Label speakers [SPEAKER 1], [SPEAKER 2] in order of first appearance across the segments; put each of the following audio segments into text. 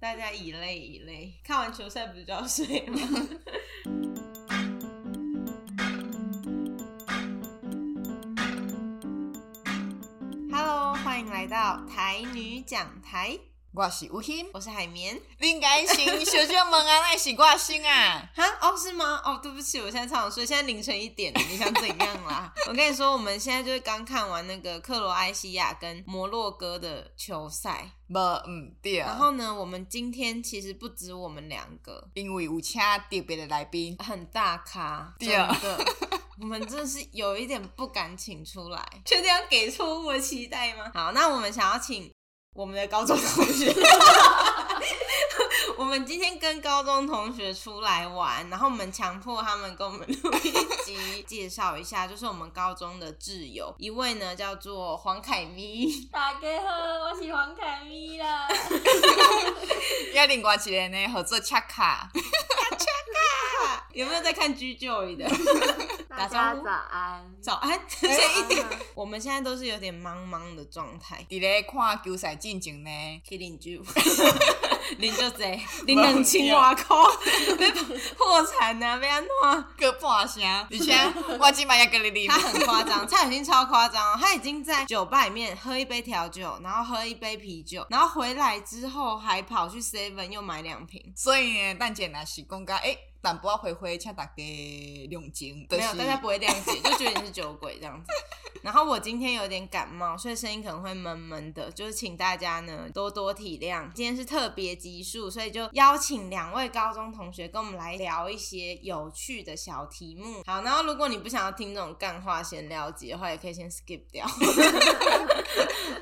[SPEAKER 1] 大家以泪以泪，看完球赛不是就要睡吗？Hello，欢迎来到台女讲台，
[SPEAKER 2] 我是有心，
[SPEAKER 1] 我是海绵。
[SPEAKER 2] 你应该先小姐问啊，那是我心啊。
[SPEAKER 1] 哈，哦，是吗？哦，对不起，我现在超想睡，现在凌晨一点了，你想怎样啦？ 我跟你说，我们现在就是刚看完那个克罗埃西亚跟摩洛哥的球赛，
[SPEAKER 2] 无毋对，啊
[SPEAKER 1] 然后呢，我们今天其实不止我们两个，
[SPEAKER 2] 因为有请特别的来宾，
[SPEAKER 1] 很大咖，真
[SPEAKER 2] 对啊
[SPEAKER 1] 的， 我们真的是有一点不敢请出来，确定要给错误的期待吗？好，那我们想要请我们的高中同学。 我们今天跟高中同学出来玩，然后我们强迫他们跟我们录一集，介绍一下，就是我们高中的挚友，一位呢叫做黄凯 咪，
[SPEAKER 3] 大家好，我是黄凯咪啦。
[SPEAKER 2] 也另外一个呢，合作恰卡，
[SPEAKER 1] 啊有没有在看《居就 的？打
[SPEAKER 3] 大
[SPEAKER 1] 招
[SPEAKER 3] 家
[SPEAKER 1] 呼
[SPEAKER 3] 早安。
[SPEAKER 1] 早安，这一点
[SPEAKER 3] 安啊，
[SPEAKER 1] 我们现在都是有点茫茫的状态。
[SPEAKER 2] 伫咧看球赛进程呢，
[SPEAKER 1] 去啉 酒，啉足 济，啉两千外箍，要破产啊，要安 怎？
[SPEAKER 2] 各半声，而且我即摆也跟你啉
[SPEAKER 1] 他， 很夸张，蔡永信超夸张哦，他已经在酒吧里面喝一杯调酒，然后喝一杯啤酒，然后回来之后还跑去 Seven 又买两瓶。
[SPEAKER 2] 所以呢，咱姐若是讲到诶，淡薄仔花花，请大家谅解，就
[SPEAKER 1] 没有，
[SPEAKER 2] 是
[SPEAKER 1] 大家不会谅解，就觉得你是酒鬼这样 子。然后我今天有点感冒，所以声音可能会闷闷的，就是请大家呢多多体谅。今天是特别集数，所以就邀请两位高中同学跟我们来聊一些有趣的小题目。好，然后如果你不想要听这种干话闲聊集的话，也可以先 skip 掉。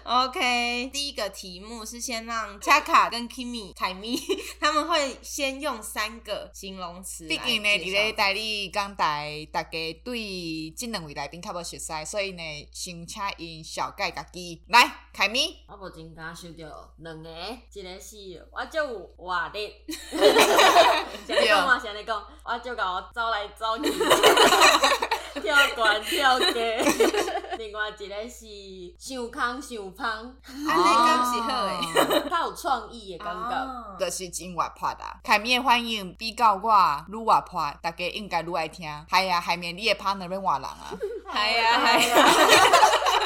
[SPEAKER 1] OK，第一个题目是先让 Chaka 跟 Kimi、凯咪他们会先用三个形容词来
[SPEAKER 2] 毕
[SPEAKER 1] 介绍。
[SPEAKER 2] 竟呢，伫咧代理讲台，大家对即两位来宾较无熟悉，所以呢，先请因小解家己来，凯咪。
[SPEAKER 3] 我无真敢想到两个，一个是我就有活力，谁来讲嘛？谁来讲？我就甲我走来走去，跳悬跳低。另外一个是想空想芳，
[SPEAKER 1] 啊，那
[SPEAKER 2] 哦
[SPEAKER 1] 刚是好诶。
[SPEAKER 2] 诶，
[SPEAKER 3] 较有创意的感觉。
[SPEAKER 1] 哦
[SPEAKER 2] 就是真活泼啦。海绵的反应比较我愈活泼，大家应该愈爱听。系啊，海绵你的 partner 要换人 啊，
[SPEAKER 1] 嗨呀嗨呀！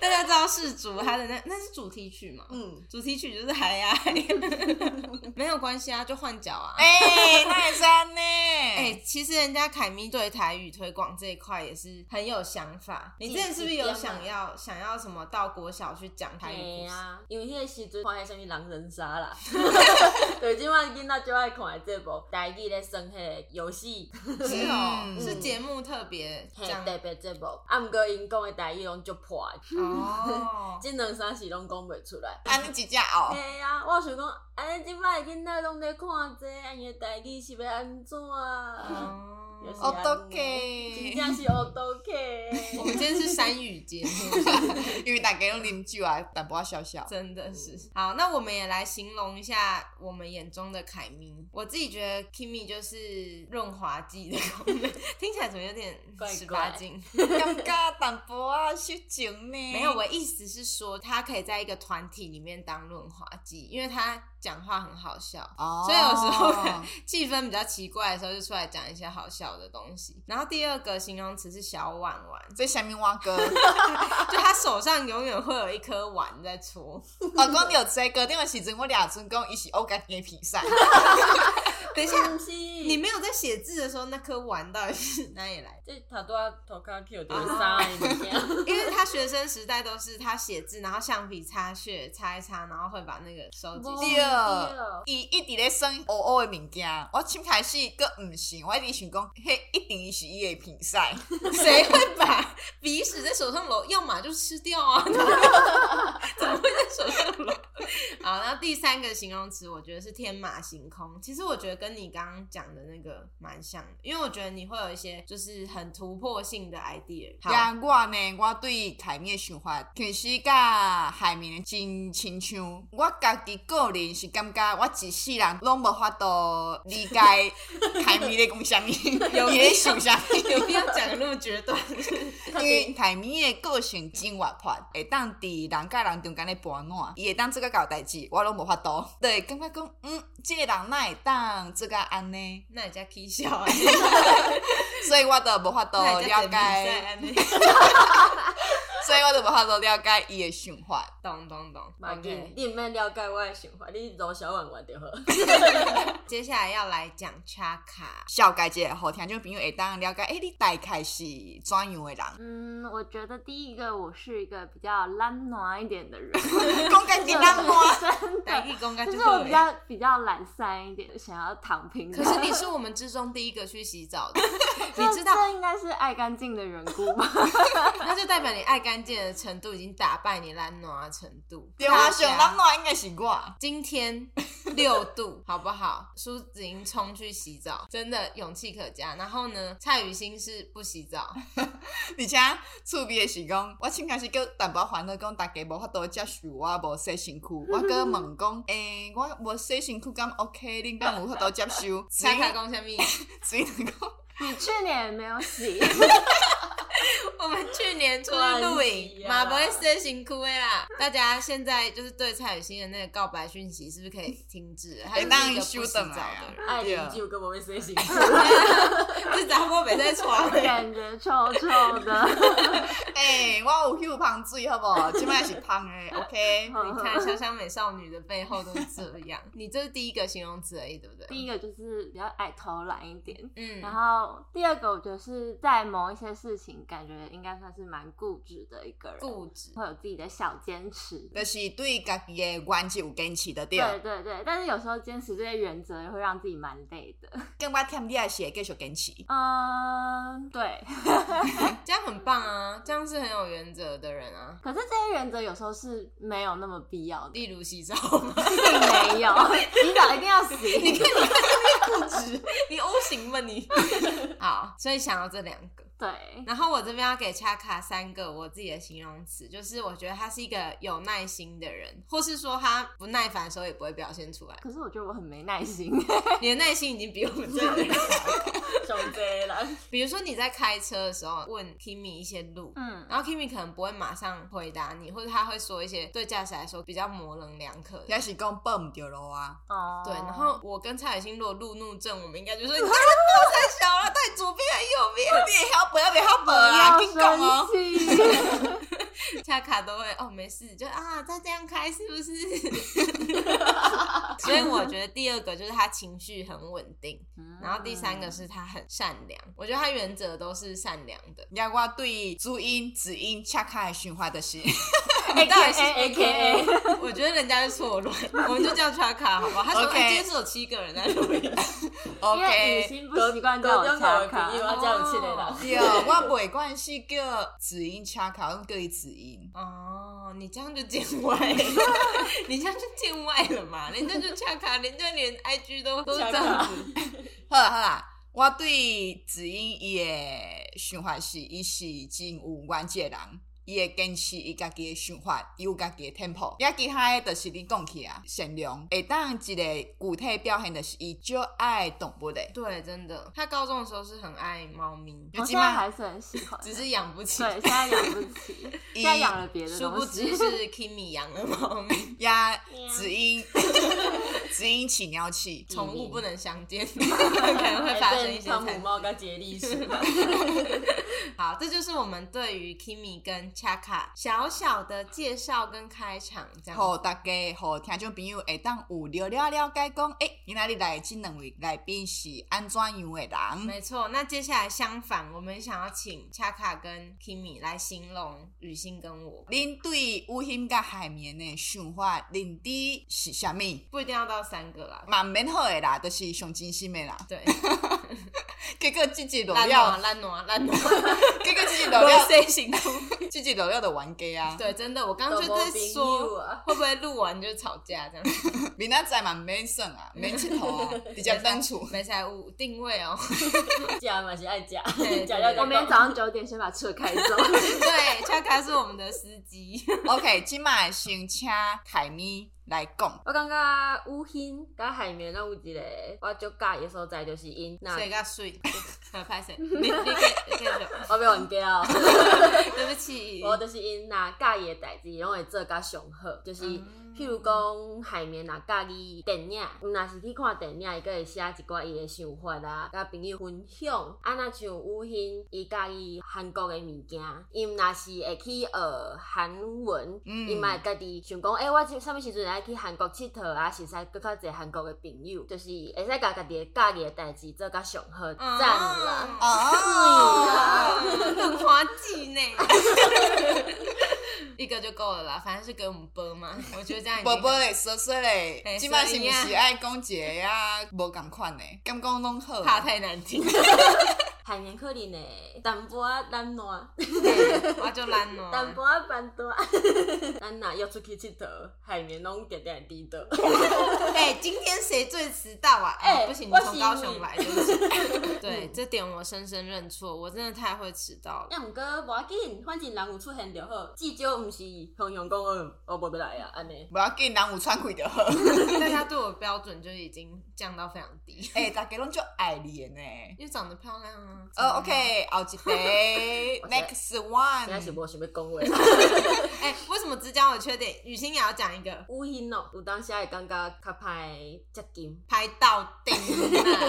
[SPEAKER 1] 大家知道是主他的那那是主题曲嘛？
[SPEAKER 3] 嗯，
[SPEAKER 1] 主题曲就是嗨呀嗨呀，没有关系啊，就换脚啊。
[SPEAKER 2] 哎、那也是安 呢，
[SPEAKER 1] 哎、
[SPEAKER 2] 哎、
[SPEAKER 1] 其实人家凯咪对台语推广这一块也是很有想法。你之前是不是有想要想要什么到国小去讲台语
[SPEAKER 3] 嘿
[SPEAKER 1] 故事？
[SPEAKER 3] 啊，因为迄个时阵看迄什物狼人杀 啦，对，即摆囡仔最爱看的这部，台语咧耍迄个 游戏，
[SPEAKER 1] 是哦，
[SPEAKER 2] 嗯
[SPEAKER 1] 是节目特别这
[SPEAKER 3] 嘿
[SPEAKER 1] 样
[SPEAKER 3] 特别这部，啊，毋过因讲的台语拢足破的，
[SPEAKER 1] 哦。
[SPEAKER 3] 即两三时拢讲袂出来。
[SPEAKER 2] 安尼一只后，
[SPEAKER 3] 嘿啊，我想讲，安尼即摆的囡仔拢咧看这，安尼台语是要安怎啊？
[SPEAKER 1] 哦
[SPEAKER 3] 有时
[SPEAKER 2] 哦
[SPEAKER 3] 候安尼
[SPEAKER 2] 都
[SPEAKER 3] 真
[SPEAKER 2] OK，
[SPEAKER 3] 正是学 都 K，
[SPEAKER 1] 我们今天是山语节目。
[SPEAKER 2] 因为大家拢啉酒啊，淡薄仔笑笑。
[SPEAKER 1] 嗯真的是好，那我们也来形容一下我们眼中的凯咪。我自己觉得 Kimi 就是润滑剂的功能，听起来怎么有点
[SPEAKER 3] 怪怪
[SPEAKER 1] 十八禁？
[SPEAKER 2] 感觉淡薄仔失情呢。
[SPEAKER 1] 没有，我意思是说，他可以在一个团体里面当润滑剂，因为他讲话很好笑，
[SPEAKER 2] 哦，
[SPEAKER 1] 所以有时候 可能气氛比较奇怪的时候，就出来讲一些好笑的东西。然后第二个形容词是小碗碗，
[SPEAKER 2] 这下面我 哥，
[SPEAKER 1] 就他手上永远会有一颗碗在搓。
[SPEAKER 2] 哦，讲到这个，顶个时阵我俩阵讲伊是欧家己的比赛，
[SPEAKER 1] 等一下，
[SPEAKER 3] 毋是，
[SPEAKER 1] 你没有在写字的时候，那颗碗到底是哪里来的？
[SPEAKER 3] 这头拄仔涂骹去有着啥的物 件？
[SPEAKER 1] 因为他学生时代都是他写字，然后橡皮擦屑擦一擦，然后会把那个收集起来。
[SPEAKER 2] 对 伊一直咧算黑黑的物件，我先开始阁毋信，我一直想讲，迄一定是伊的鼻屎。
[SPEAKER 1] 谁会把 鼻屎在手上揉？要么就吃掉啊，怎么会在手上揉？好，那第三个形容词，我觉得是天马行空。其实我觉得跟你刚刚讲的那个蛮像的，因为我觉得你会有一些就是很突破性的 idea。好，
[SPEAKER 2] 呀，我呢，我对啊海绵的想法，其实甲海绵真亲像。我家己个人是感觉我一世人拢无法度理 解凯咪咧讲啥物，伊咧想啥 物。
[SPEAKER 1] 有必要讲的那么决断？
[SPEAKER 2] 因为凯咪的个性真活泼，会当伫人甲人中间咧博烂，伊会当做个搞代志，我拢无法度。对，感觉讲，嗯，即、个人哪会当做个安尼，
[SPEAKER 1] 那人家 K 笑啊，
[SPEAKER 2] 所以我都无法度
[SPEAKER 1] 那
[SPEAKER 2] 了
[SPEAKER 1] 人家整比
[SPEAKER 2] 解
[SPEAKER 1] 赛，啊安尼。
[SPEAKER 2] 所以我都无法度了解伊的想法。
[SPEAKER 1] 懂懂懂
[SPEAKER 3] 嘛
[SPEAKER 1] ，OK
[SPEAKER 3] 紧，。你毋免了解我的想法，你揉小丸丸就好。
[SPEAKER 1] 接下来要来讲插卡，
[SPEAKER 2] 小解姐，好听众朋友会当了解，诶、你大概是怎样的人？
[SPEAKER 3] 嗯，我觉得第一个我是一个比较懒暖一点 的人，
[SPEAKER 2] 讲家己人话，
[SPEAKER 3] 真
[SPEAKER 1] 大
[SPEAKER 3] 的，
[SPEAKER 1] 家讲个
[SPEAKER 3] 就
[SPEAKER 1] 就是
[SPEAKER 3] 我比
[SPEAKER 1] 好了。
[SPEAKER 3] 较比较懒散一点，想要躺平的。
[SPEAKER 1] 可是你是我们之中第一个去洗澡 的，
[SPEAKER 3] 这
[SPEAKER 1] 你知道，
[SPEAKER 3] 这应该是爱干净的缘故 吧？
[SPEAKER 1] 那就代表你爱干净的程度已经打败你懒惰的程度。
[SPEAKER 2] 对啊，
[SPEAKER 1] 大
[SPEAKER 2] 想
[SPEAKER 1] 家
[SPEAKER 2] 人话应该是我。
[SPEAKER 1] 今天六度， 好不好？苏子英冲去洗澡，真的勇气可嘉。然后呢，蔡雨欣是不洗 澡，
[SPEAKER 2] 而且厝边的是讲，我先开始叫淡薄烦恼，讲大家无法度接受我无洗身躯，我搁问讲，诶、我无洗身躯敢 OK，恁敢有法度接受？
[SPEAKER 1] 蔡开公下面，
[SPEAKER 2] 所以讲，
[SPEAKER 3] 你去年也没有 洗，
[SPEAKER 1] 我们去年出去露
[SPEAKER 3] 关
[SPEAKER 1] 营，
[SPEAKER 3] 系啊
[SPEAKER 1] 马不会塞辛苦的啦。大家现在就是对蔡雨欣的那个告白讯息，是不是可以停止了？他哎就是一啊个不洗澡的人，
[SPEAKER 3] 爱邻居根本会 睡醒，
[SPEAKER 1] 至少我没在床嘞。
[SPEAKER 3] 感觉臭臭 的。
[SPEAKER 2] 诶、我有嗅芳水好无？即摆是芳诶，OK。
[SPEAKER 1] 你看，香香美少女的背后都是这样。你这是第一个形容词而已，对不对？
[SPEAKER 3] 第一个就是比较爱偷懒一点，
[SPEAKER 1] 嗯，
[SPEAKER 3] 然后第二个我觉得是在某一些事情感觉应该算是蛮固执的一个人，
[SPEAKER 1] 固执。
[SPEAKER 3] 会有自己的小坚持。
[SPEAKER 2] 就是对家己的原则有坚持的对，
[SPEAKER 3] 对对对，但是有时候坚持这些原则也会让自己蛮累的。
[SPEAKER 2] 更加忝你也是会继续坚持。
[SPEAKER 3] 嗯，对。
[SPEAKER 1] 这样很棒啊，这样是很有原则的人啊。
[SPEAKER 3] 可是这些原则有时候是没有那么必要的，
[SPEAKER 1] 例如洗澡吗？
[SPEAKER 3] 并 没有，洗澡一定要洗。你
[SPEAKER 1] 固执，你 O 型吗你？ 好，所以想要这两个。
[SPEAKER 3] 对，
[SPEAKER 1] 然后我这边要给恰卡三个我自己的形容词，就是我觉得他是一个有耐心的人，或是说他不耐烦的时候也不会表现出 来。
[SPEAKER 3] 可是我觉得我很没 耐心，
[SPEAKER 1] 你的耐心已经比我们这个人好了。
[SPEAKER 3] 熊贼了。
[SPEAKER 1] 比如说你在开车的时候问 Kimi 一些路，
[SPEAKER 3] 嗯，
[SPEAKER 1] 然后 Kimi 可能不会马上回答你，或者他会说一些对驾驶来说比较模棱两可的
[SPEAKER 2] 也是讲报毋着路啊，
[SPEAKER 3] 哦，
[SPEAKER 1] 对，然后我跟蔡雨欣如果路怒症，我们应该就说你这个路太小了，太左边还右边。
[SPEAKER 2] 你会晓背，袂晓背
[SPEAKER 3] 不
[SPEAKER 1] 呃
[SPEAKER 2] 啊，
[SPEAKER 3] 要
[SPEAKER 2] 紧讲
[SPEAKER 3] 生
[SPEAKER 2] 哦。
[SPEAKER 3] 气。
[SPEAKER 1] 恰卡都会哦，没事，就啊，再这样开是不 是？所以我觉得第二个就是他情绪很稳定，
[SPEAKER 3] 嗯
[SPEAKER 1] 然后第三个是他很善良。我觉得他原则都是善良的。
[SPEAKER 2] 也我对主音、子音、恰卡的想法就是，
[SPEAKER 1] 你到底是
[SPEAKER 3] A K A，
[SPEAKER 1] 我觉得人家是错乱，我们就叫恰卡好不好？他说
[SPEAKER 2] OK
[SPEAKER 1] 哎今天是有七个人在录音，
[SPEAKER 3] 因为雨
[SPEAKER 2] OK，
[SPEAKER 3] 欣不习惯叫我卡卡，哦
[SPEAKER 1] 我叫有七个人
[SPEAKER 2] 对，我袂管是叫子音恰卡，我叫伊子音。
[SPEAKER 1] 哦，你这样就见外 了，你这样就见外了嘛？人家就恰卡，人家连 IG 都都是这样子。
[SPEAKER 2] 好啦好啦，我对子音伊的想法是，伊是真有原则的人。伊会坚持伊家己的想法，伊有家己的 tempo。也其他的就是你讲起啊，善良会当一个具体表现，就是伊就爱动物的，
[SPEAKER 1] 对，真的，他高中的时候是很爱猫咪，
[SPEAKER 2] 就
[SPEAKER 3] 我
[SPEAKER 2] 即
[SPEAKER 3] 现在
[SPEAKER 2] 摆
[SPEAKER 3] 还是很喜 欢。
[SPEAKER 1] 只是养不起。
[SPEAKER 3] 哦对，现在养不 起，现在养了别的
[SPEAKER 1] 殊不
[SPEAKER 3] 东
[SPEAKER 1] 知
[SPEAKER 3] 西。
[SPEAKER 1] 是 Kimi 养的猫咪，
[SPEAKER 2] 呀子音 子音起鸟气，
[SPEAKER 1] 宠物不能相 见，可能会发生一些
[SPEAKER 3] 还
[SPEAKER 1] 惨
[SPEAKER 3] 猫跟杰利斯，
[SPEAKER 1] 好，这就是我们对于 Kimi 跟 Chaka 小小的介绍跟开场，这样
[SPEAKER 2] 互大家互听众朋友会当有了了了解讲，诶、今仔日来的这两位来宾是安怎样的人？
[SPEAKER 1] 没错，那接下来相反，我们想要请恰卡跟 Kimi 来形容雨欣跟我，
[SPEAKER 2] 恁对乌心甲海绵的想法认知是啥物？
[SPEAKER 1] 不一定要到三个啦。
[SPEAKER 2] 嘛毋免好诶啦，就是上真心 诶啦。
[SPEAKER 1] 对，
[SPEAKER 2] 结果即集录
[SPEAKER 1] 烂暖
[SPEAKER 2] 了，
[SPEAKER 1] 烂暖烂暖，
[SPEAKER 2] 结果即集录
[SPEAKER 1] 不要
[SPEAKER 2] 了，
[SPEAKER 1] 谁 辛苦。
[SPEAKER 2] 即集录了就冤家 啊。
[SPEAKER 1] 对，真的，我刚刚就在说，
[SPEAKER 3] 啊
[SPEAKER 1] 会不会录完就吵架这样？
[SPEAKER 2] 明仔载嘛毋免算啊，毋免佚 佗啊，直接登厝。
[SPEAKER 1] 没在五定位哦。
[SPEAKER 3] 假嘛是爱假
[SPEAKER 1] 对，
[SPEAKER 3] 假
[SPEAKER 1] 对对
[SPEAKER 3] 我明天早上九点先把车开 走。
[SPEAKER 1] 对，恰卡是我们的司机。
[SPEAKER 2] OK，即卖先请凯咪来讲。
[SPEAKER 3] 我感觉有心甲海绵拢有一个我足介意的所在，就是因 那
[SPEAKER 1] 水较 水，很拍摄，你你给给我，
[SPEAKER 3] 我被冤家哦。
[SPEAKER 1] 对不起，
[SPEAKER 3] 无就是因若介意诶代志，拢会做甲上好。就是
[SPEAKER 1] 嗯
[SPEAKER 3] 譬如讲，海绵若介意电影，毋若是去看电影，伊个会写一寡伊诶想法啊，甲朋友分享。啊，若像有欣，伊介意韩国诶物件，伊毋若是会去学韩文，
[SPEAKER 2] 嗯
[SPEAKER 3] 伊嘛会家己想讲，诶、我即啥物时阵爱去韩国佚佗啊，是使搁较侪韩国诶朋友，就是会使甲家己诶介意诶代志做甲上好，赞啦！
[SPEAKER 1] 啊 哎
[SPEAKER 2] 哦，
[SPEAKER 1] 嗯哦很滑稽呢。 一个就够了啦，反正是给我们播嘛，我觉得这样已
[SPEAKER 2] 宝
[SPEAKER 1] 经
[SPEAKER 2] 宝嘞，说说嘞
[SPEAKER 1] 嘿，
[SPEAKER 2] 即摆是
[SPEAKER 1] 所
[SPEAKER 2] 毋
[SPEAKER 1] 以
[SPEAKER 2] 是
[SPEAKER 1] 啊
[SPEAKER 2] 爱讲一个啊无共款诶？敢讲拢好啊？
[SPEAKER 1] 怕太难 听，
[SPEAKER 3] 海绵可能诶，淡薄仔懒惰，
[SPEAKER 1] 我啊就哦懒了。
[SPEAKER 3] 淡薄仔笨惰。 咱若要出去佚佗，海绵拢定定滴 倒。
[SPEAKER 1] 哎、今天谁最迟到啊？哎、
[SPEAKER 3] 哎
[SPEAKER 1] 不行，你
[SPEAKER 3] 我
[SPEAKER 1] 从
[SPEAKER 3] 是
[SPEAKER 1] 高
[SPEAKER 3] 因
[SPEAKER 1] 雄
[SPEAKER 3] 为
[SPEAKER 1] 来，对不 起。对，
[SPEAKER 3] 嗯
[SPEAKER 1] 这点我深深认错，我真的太会迟到 了。
[SPEAKER 3] 啊，毋过无要紧，反正人有出现就好，至少毋是向阳讲嗯，我无要来啊，安尼。
[SPEAKER 2] 无要紧，人有喘气就 好。
[SPEAKER 1] 大家对我标准就已经降到非常低，
[SPEAKER 2] 诶，大家拢就爱你诶呢。
[SPEAKER 1] 因为长得漂亮啊。
[SPEAKER 2] 呃，OK，后一题
[SPEAKER 3] 我觉得
[SPEAKER 2] ，Next
[SPEAKER 3] 现在是
[SPEAKER 2] one，
[SPEAKER 3] 无想要讲 话。
[SPEAKER 1] 哎、为什么只讲我缺点？雨欣也要讲一个
[SPEAKER 3] 有闲哦，有当时会感觉较歹接近，
[SPEAKER 1] 拍到顶啊，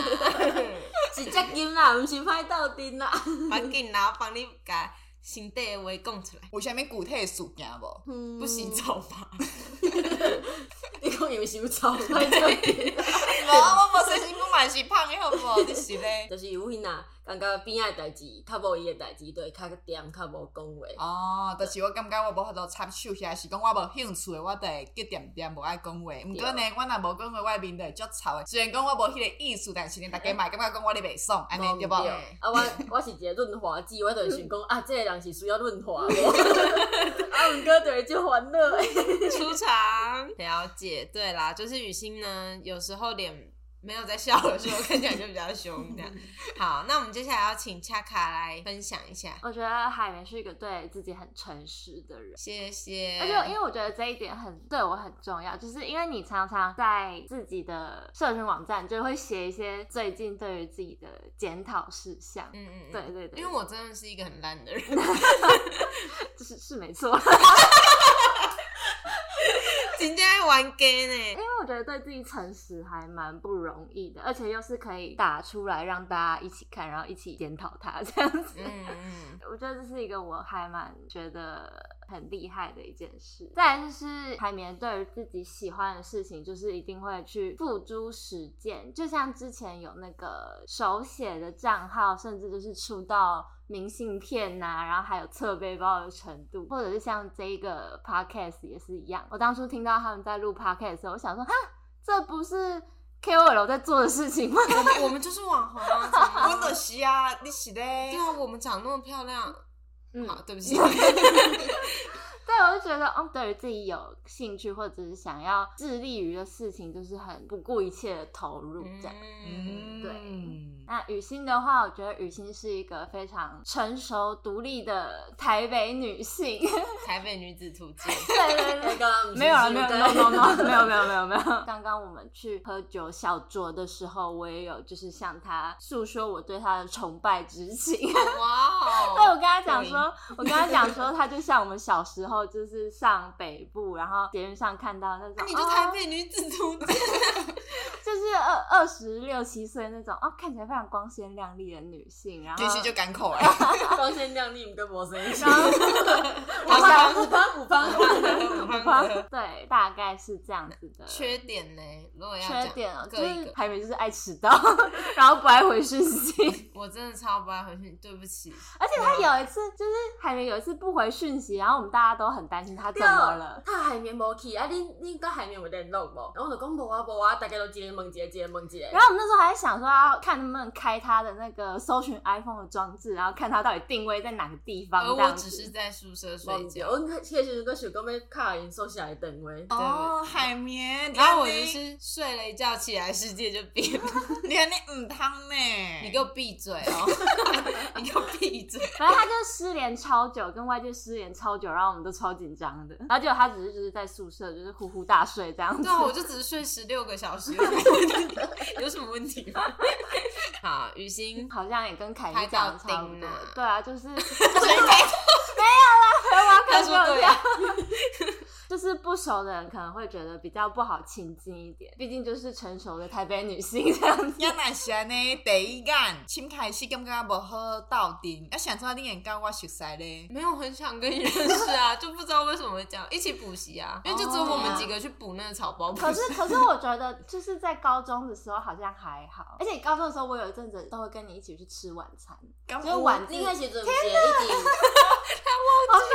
[SPEAKER 3] 是接近啦，毋是歹斗阵 啦。
[SPEAKER 1] 赶紧啦，我帮你把心底的话讲出来，
[SPEAKER 2] 有啥物具体诶事件无？
[SPEAKER 1] 不
[SPEAKER 3] 不
[SPEAKER 1] 洗，澡吧？
[SPEAKER 3] 嗯 你讲因为洗澡歹接近。
[SPEAKER 2] 无，我无说是我嘛是胖诶，好无？你是咧？
[SPEAKER 3] 就是有迄呐，感觉边仔的代志，较无伊的代志，就会较点，较无讲话。
[SPEAKER 2] 哦，就是我感觉我无法度插手遐，是讲我无兴趣的，我就会一点点无爱讲话。毋过呢，我若无讲话，我的面就会足臭的。虽然讲我无迄个意思，但是呢，大家嘛会感觉讲我咧袂爽，安尼
[SPEAKER 3] 无
[SPEAKER 2] 对
[SPEAKER 3] 毋
[SPEAKER 2] 无？
[SPEAKER 3] 啊，我我是一个润滑剂，我就会想讲啊，即个人是需要润滑 无？啊，毋过就会就烦恼的。
[SPEAKER 1] 出场。了解，对啦，就是雨欣呢，有时候脸没有在笑的时候，看起来就比较凶 这样。好，那我们接下来要请恰卡来分享一下，
[SPEAKER 4] 我觉得海绵是一个对自己很诚实的人。
[SPEAKER 1] 谢谢。
[SPEAKER 4] 而且，因为我觉得这一点很对我很重要，就是因为你常常在自己的社群网站就会写一些最近对于自己的检讨事项。
[SPEAKER 1] 嗯嗯嗯，
[SPEAKER 4] 对对对，
[SPEAKER 1] 因为我真的是一个很烂的人，
[SPEAKER 4] 是是没错，
[SPEAKER 1] 今天在玩 gay 呢
[SPEAKER 4] 因。为我觉得对自己诚实还蛮不容易的，而且又是可以打出来让大家一起看，然后一起检讨它这样子。
[SPEAKER 1] 嗯嗯，
[SPEAKER 4] 我觉得这是一个我还蛮觉得很厉害的一件事。再来就是海绵对于自己喜欢的事情，就是一定会去付诸实践。就像之前有那个手写的账号，甚至就是出到明信片呐、然后还有侧背包的程度，或者是像这一个 podcast 也是一样。我当初听到他们在录 podcast 的时候，我想说，哈，这不是 KOL 在做的事情吗？
[SPEAKER 1] 我们我们就是网红啊，怎么
[SPEAKER 2] 我
[SPEAKER 1] 样
[SPEAKER 2] 就是啊，你是咧
[SPEAKER 1] 对？啊，我们长那么漂亮，
[SPEAKER 4] 嗯
[SPEAKER 1] 好，对不起，
[SPEAKER 4] 对，我就觉得，嗯，对于自己有兴趣或者是想要致力于的事情，就是很不顾一切的投入这样。
[SPEAKER 1] 嗯，
[SPEAKER 2] 嗯，对。
[SPEAKER 4] 那雨欣的话，我觉得雨欣是一个非常成熟独立的台北女性。
[SPEAKER 1] 台北女子图鉴，
[SPEAKER 4] 对对
[SPEAKER 3] 那
[SPEAKER 4] 对。
[SPEAKER 3] 个
[SPEAKER 4] 没有啊了，没有，no no no，没有没有没有没有。 刚刚我们去喝酒小酌的时候，我也有就是向她诉说我对她的崇拜之情。
[SPEAKER 1] 哇
[SPEAKER 4] 对，我
[SPEAKER 1] 哦，
[SPEAKER 4] 跟他讲说，我跟他讲说，他就像我们小时候，就是上北部，然后捷运上看到那种，
[SPEAKER 1] 那你就
[SPEAKER 4] 哦
[SPEAKER 1] 台北女子图鉴，
[SPEAKER 4] 就是二二十六七岁那种，哦，看起来非常光鲜亮丽的女性，然后
[SPEAKER 2] 其实就啊艰苦诶，
[SPEAKER 3] 光鲜亮丽，毋过无生气。
[SPEAKER 4] 然后
[SPEAKER 3] 五 芳五芳五芳，
[SPEAKER 4] 对，大概是这样子的。
[SPEAKER 1] 缺点呢？如果要
[SPEAKER 4] 缺
[SPEAKER 1] 讲
[SPEAKER 4] 点哦，就
[SPEAKER 1] 各一
[SPEAKER 4] 是
[SPEAKER 1] 个，
[SPEAKER 4] 海绵就是爱迟到， 然后不爱回讯息，
[SPEAKER 1] 我真的超不爱回去，对不起。
[SPEAKER 4] 而且他有一次就是海绵有一次不回讯息，然后我们大家都很担心他怎
[SPEAKER 3] 对
[SPEAKER 4] 么了。
[SPEAKER 3] 啊他海绵无去啊，恁恁甲海绵有联络无？然后我就讲无啊无啊，大家都一个问一个，一个问一下。
[SPEAKER 4] 然后我们那时候还在想说，要看能不能开它的那个搜寻 iPhone 的装置，然后看它到底定位在哪个地方。
[SPEAKER 1] 而
[SPEAKER 4] 这
[SPEAKER 1] 哦我
[SPEAKER 4] 样
[SPEAKER 1] 只是
[SPEAKER 4] 子。
[SPEAKER 1] 在宿舍
[SPEAKER 3] 忘
[SPEAKER 1] 睡
[SPEAKER 3] 记，
[SPEAKER 1] 觉，
[SPEAKER 3] 我迄时阵搁想讲要卡因收起来等位，
[SPEAKER 2] 哦，海绵，
[SPEAKER 1] 然后我就是睡了一觉起来，世界就变了。
[SPEAKER 2] 你安尼唔通呢？
[SPEAKER 1] 你给我闭嘴哦！你给我闭嘴！
[SPEAKER 4] 反正他就失联超久，跟外界失联超久，然后我们都超紧张的。然后结果他只是就是在宿舍就是呼呼大睡这样子。
[SPEAKER 1] 对啊，我就只是睡十六个小时，有什么问题 有什么问题吗？好，雨欣，
[SPEAKER 4] 好像也跟凯莉讲的差不
[SPEAKER 1] 拍照钉
[SPEAKER 4] 多
[SPEAKER 1] 啊，
[SPEAKER 4] 对 啊，就是没有
[SPEAKER 1] 他
[SPEAKER 4] 啦，我
[SPEAKER 1] 说
[SPEAKER 4] 要开玩
[SPEAKER 1] 对
[SPEAKER 4] 笑
[SPEAKER 1] 啊，，
[SPEAKER 4] 就是不熟的人可能会觉得比较不好亲近一点，毕竟就是成熟的台北女性这 样子
[SPEAKER 2] 也。若是安尼，第一眼先开始感觉无好斗阵，啊，想做你会甲我熟悉咧。
[SPEAKER 1] 没有很想跟你认识啊，就不知道为什么会这样，一起补习啊，因为就只有我们几个去补那个草包补
[SPEAKER 4] 可
[SPEAKER 1] 习。
[SPEAKER 4] 是，可是我觉得就是在高中的时候好像还好，而且高中的时候我有一阵子都会跟你一起去吃晚餐，
[SPEAKER 2] 敢
[SPEAKER 4] 所以
[SPEAKER 2] 啊
[SPEAKER 4] 晚自
[SPEAKER 3] 你迄
[SPEAKER 4] 习
[SPEAKER 3] 时阵不是一 直，
[SPEAKER 4] 好像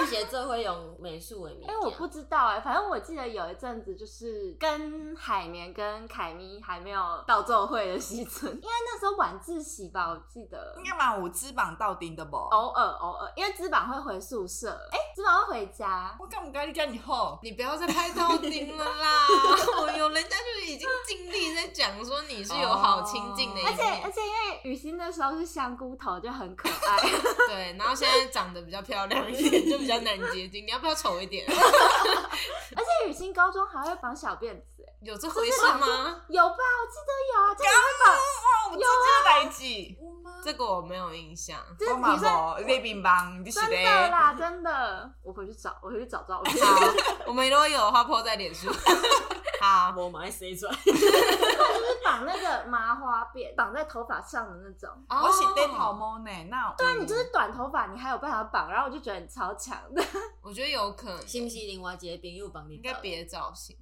[SPEAKER 3] 你毋是做会用美术的物啊
[SPEAKER 4] 哎、我
[SPEAKER 3] 件
[SPEAKER 4] 不。知道哎、反正我记得有一阵子就是跟海绵跟凯咪还没有到奏会的时阵，因为那时候晚自习吧，我记得
[SPEAKER 2] 应该嘛有脂肪斗阵的无？
[SPEAKER 4] 偶尔偶尔，因为资榜会回宿舍，哎、资榜会回家，
[SPEAKER 2] 我感觉你遮尔好，
[SPEAKER 1] 你不要再拍到钉了啦！ 我有人家就已经尽力在讲说你是有好亲近的一
[SPEAKER 4] 哦而且而
[SPEAKER 1] 面，
[SPEAKER 4] 且因为雨欣那时候是香菇头，就很可爱。
[SPEAKER 1] 对，然后现在长得比较漂亮一点，就比较难接近。你要不要丑一点？
[SPEAKER 4] 而且雨欣高中还会绑小辫子，哎
[SPEAKER 1] 有这回事吗？
[SPEAKER 4] 有吧？我记得有啊，真的会绑。
[SPEAKER 2] 哦，有这代志。
[SPEAKER 3] 有吗
[SPEAKER 1] 这个我没有印象。
[SPEAKER 4] 就是
[SPEAKER 2] 我嘛
[SPEAKER 4] 你算
[SPEAKER 2] 无，你乒乓，你是
[SPEAKER 4] 真
[SPEAKER 2] 咧？
[SPEAKER 4] 的啦，真的，我回去找，我回去找照片。
[SPEAKER 1] 好，我们如果有的话，po 在脸书。 好，
[SPEAKER 3] 啊无嘛爱洗出来，
[SPEAKER 4] 就是绑那个麻花辫，绑在头发上的那种。
[SPEAKER 2] 我
[SPEAKER 1] 哦
[SPEAKER 2] 是短头
[SPEAKER 1] 好，
[SPEAKER 2] 毛呢，那
[SPEAKER 4] 对啊，你就是短头发，你还有办法绑，然后我就觉得你超强的。
[SPEAKER 1] 我觉得有可能，
[SPEAKER 3] 是毋是另外一个朋友帮你
[SPEAKER 1] 应
[SPEAKER 3] 搞的？
[SPEAKER 1] 该别的造型。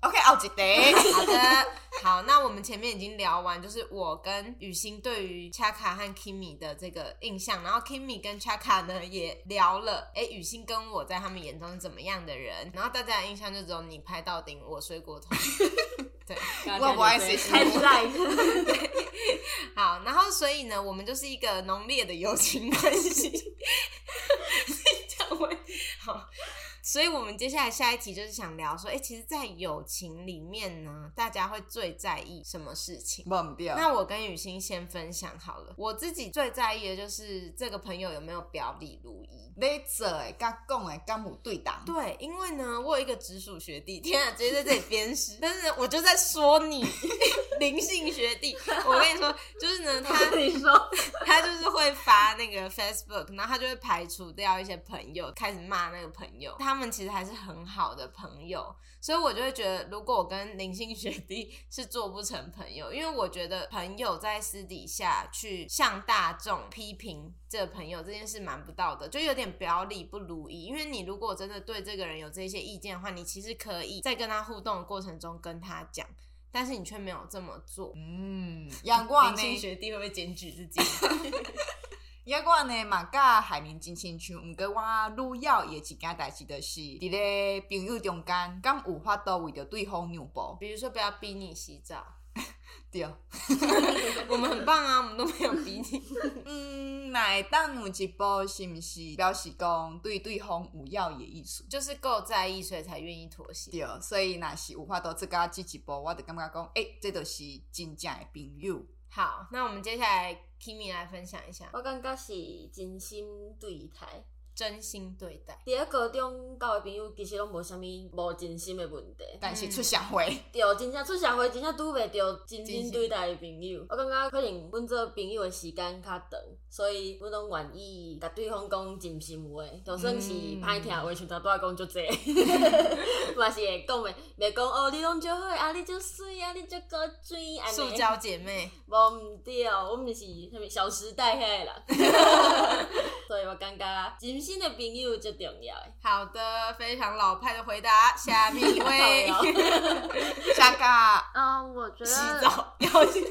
[SPEAKER 2] OK 后一 题。
[SPEAKER 1] 好的，好，那我们前面已经聊完，就是我跟雨欣对于 Chaka 和 Kimi 的这个印象，然后 Kimi 跟 Chaka 呢也聊了，哎，雨欣跟我在他们眼中是怎么样的人，然后大家的印象就只有你拍到顶，我睡过头。 对，
[SPEAKER 3] 跟
[SPEAKER 2] 我
[SPEAKER 3] 我
[SPEAKER 2] 不爱洗
[SPEAKER 3] 讲
[SPEAKER 2] 太
[SPEAKER 4] like，
[SPEAKER 1] 好，然后所以呢，我们就是一个浓烈的友情关系。 这样会好，所以我们接下来下一题就是想聊说，哎、其实，在友情里面呢，大家会最在意什么事情？
[SPEAKER 2] 无毋对，
[SPEAKER 1] 那我跟雨欣先分享好了，我自己最在意的就是这个朋友有没有表里如一。
[SPEAKER 2] 你做诶甲讲诶敢有对答？
[SPEAKER 1] 对，因为呢，我有一个直属学弟，天啊，直接在这里鞭尸， 但是我就在说你 灵性学弟，我跟你说，就是呢，他
[SPEAKER 4] 我跟 你说，
[SPEAKER 1] 他就是会发那个 Facebook，然后他就会排除掉一些朋友，开始骂那个朋友。他们其实还是很好的朋友，所以我就会觉得，如果我跟林星学弟是做不成朋友，因为我觉得朋友在私底下去向大众批评这个朋友这件事蛮不道德，就有点表里不如一。因为你如果真的对这个人有这些意见的话，你其实可以在跟他互动的过程中跟他讲，但是你却没有这么做。
[SPEAKER 2] 嗯，杨我
[SPEAKER 1] 林星
[SPEAKER 2] 呢？
[SPEAKER 1] 学弟会不会检举 自己？
[SPEAKER 2] 杨我呢嘛甲海绵真亲像，毋过我愈要伊诶一件代志，就是伫咧朋友中间，敢有法度为着对方让步？
[SPEAKER 1] 比如说不要逼你洗澡，
[SPEAKER 2] 对，
[SPEAKER 1] 我们很棒啊，我们都没有逼你。
[SPEAKER 2] 嗯，若会当有一步是毋是表示讲对对方有要伊诶意思？
[SPEAKER 1] 就是够在意，所以才愿意妥协。
[SPEAKER 2] 对，所以若是有法度即个即一步，我就感觉讲，诶、欸这就是真正诶朋友。
[SPEAKER 1] 好，那我们接下来 Kimi 来分享一下
[SPEAKER 3] 我感觉是真心对待。
[SPEAKER 1] 真心对待。
[SPEAKER 3] 伫咧高中交的朋友，其实拢无啥物无真心的问题。
[SPEAKER 2] 但是出社会，
[SPEAKER 3] 对，真正出社会，真正拄袂着真心对待的朋友。我感觉可能阮做朋友的时间较长，所以阮拢愿意甲对方讲真心话，就算是歹听话，像头拄仔讲足济，
[SPEAKER 1] 嗯
[SPEAKER 3] 嘛是会讲的，袂讲哦，你拢足好，啊你足水，啊你足古锥，安尼。
[SPEAKER 1] 塑胶姐妹，
[SPEAKER 3] 无毋对，我毋是啥物小时代遐个人， 所以我感觉真心的朋友最重要的。
[SPEAKER 1] 好的，非常老派的回 答。下面一位
[SPEAKER 3] 靠腰
[SPEAKER 2] 下个
[SPEAKER 4] 嗯，我觉
[SPEAKER 1] 洗
[SPEAKER 4] 得
[SPEAKER 1] 澡要洗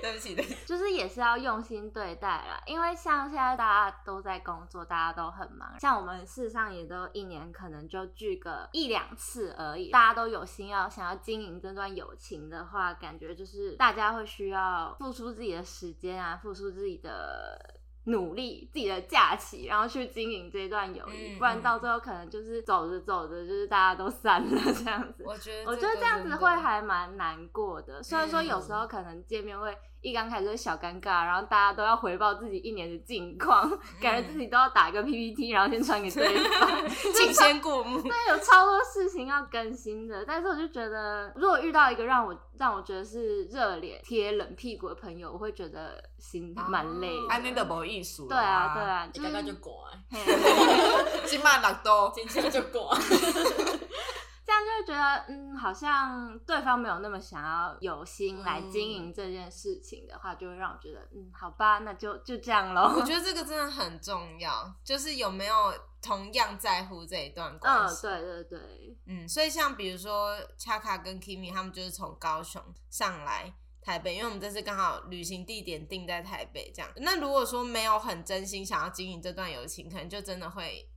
[SPEAKER 1] 对不起，对不起，
[SPEAKER 4] 就是也是要用心对待啦，因为像现在大家都在工作，大家都很忙，像我们事实上也都一年可能就聚个一两次而已。大家都有心要想要经营这段友情的话，感觉就是大家会需要付出自己的时间啊，付出自己的。努力自己的假期，然后去经营这段友谊，
[SPEAKER 1] 嗯
[SPEAKER 4] 不然到最后可能就是走着走着，就是大家都散了 这样子。
[SPEAKER 1] 我觉得
[SPEAKER 4] 我觉得
[SPEAKER 1] 个
[SPEAKER 4] 这样子
[SPEAKER 1] 真的
[SPEAKER 4] 会还蛮难过的。虽然说有时候可能见面会一刚开始会小尴尬，然后大家都要回报自己一年的近况，感觉自己都要打一个 PPT，然后先传给 对方。
[SPEAKER 1] 请先过目。
[SPEAKER 4] 那有超多事情要更新的，但是我就觉得，如果遇到一个让我让我觉得是热脸贴冷屁股的朋友，我会觉得心蛮累的。
[SPEAKER 2] 安尼就无意思
[SPEAKER 4] 嗯对啊，对，啊，
[SPEAKER 3] 你
[SPEAKER 4] 就
[SPEAKER 3] 感觉
[SPEAKER 4] 是
[SPEAKER 3] 就寒，
[SPEAKER 2] 即满六度，
[SPEAKER 3] 真正就 寒。
[SPEAKER 4] 这样就会觉得，嗯，好像对方没有那么想要有心来经营这件事情的话，就会让我觉得，嗯，好吧，那就就这样
[SPEAKER 1] 我
[SPEAKER 4] 喽。
[SPEAKER 1] 觉得这个真的很重要，就是有没有同样在乎这一段
[SPEAKER 4] 嗯
[SPEAKER 1] 关，系。
[SPEAKER 4] 对对对，
[SPEAKER 1] 嗯，所以像比如说 Chaka 跟 Kimi 他们就是从高雄上来台北，因为我们这次刚好旅行地点定在台北这样。那如果说没有很真心想要经营这段友情，可能就真的会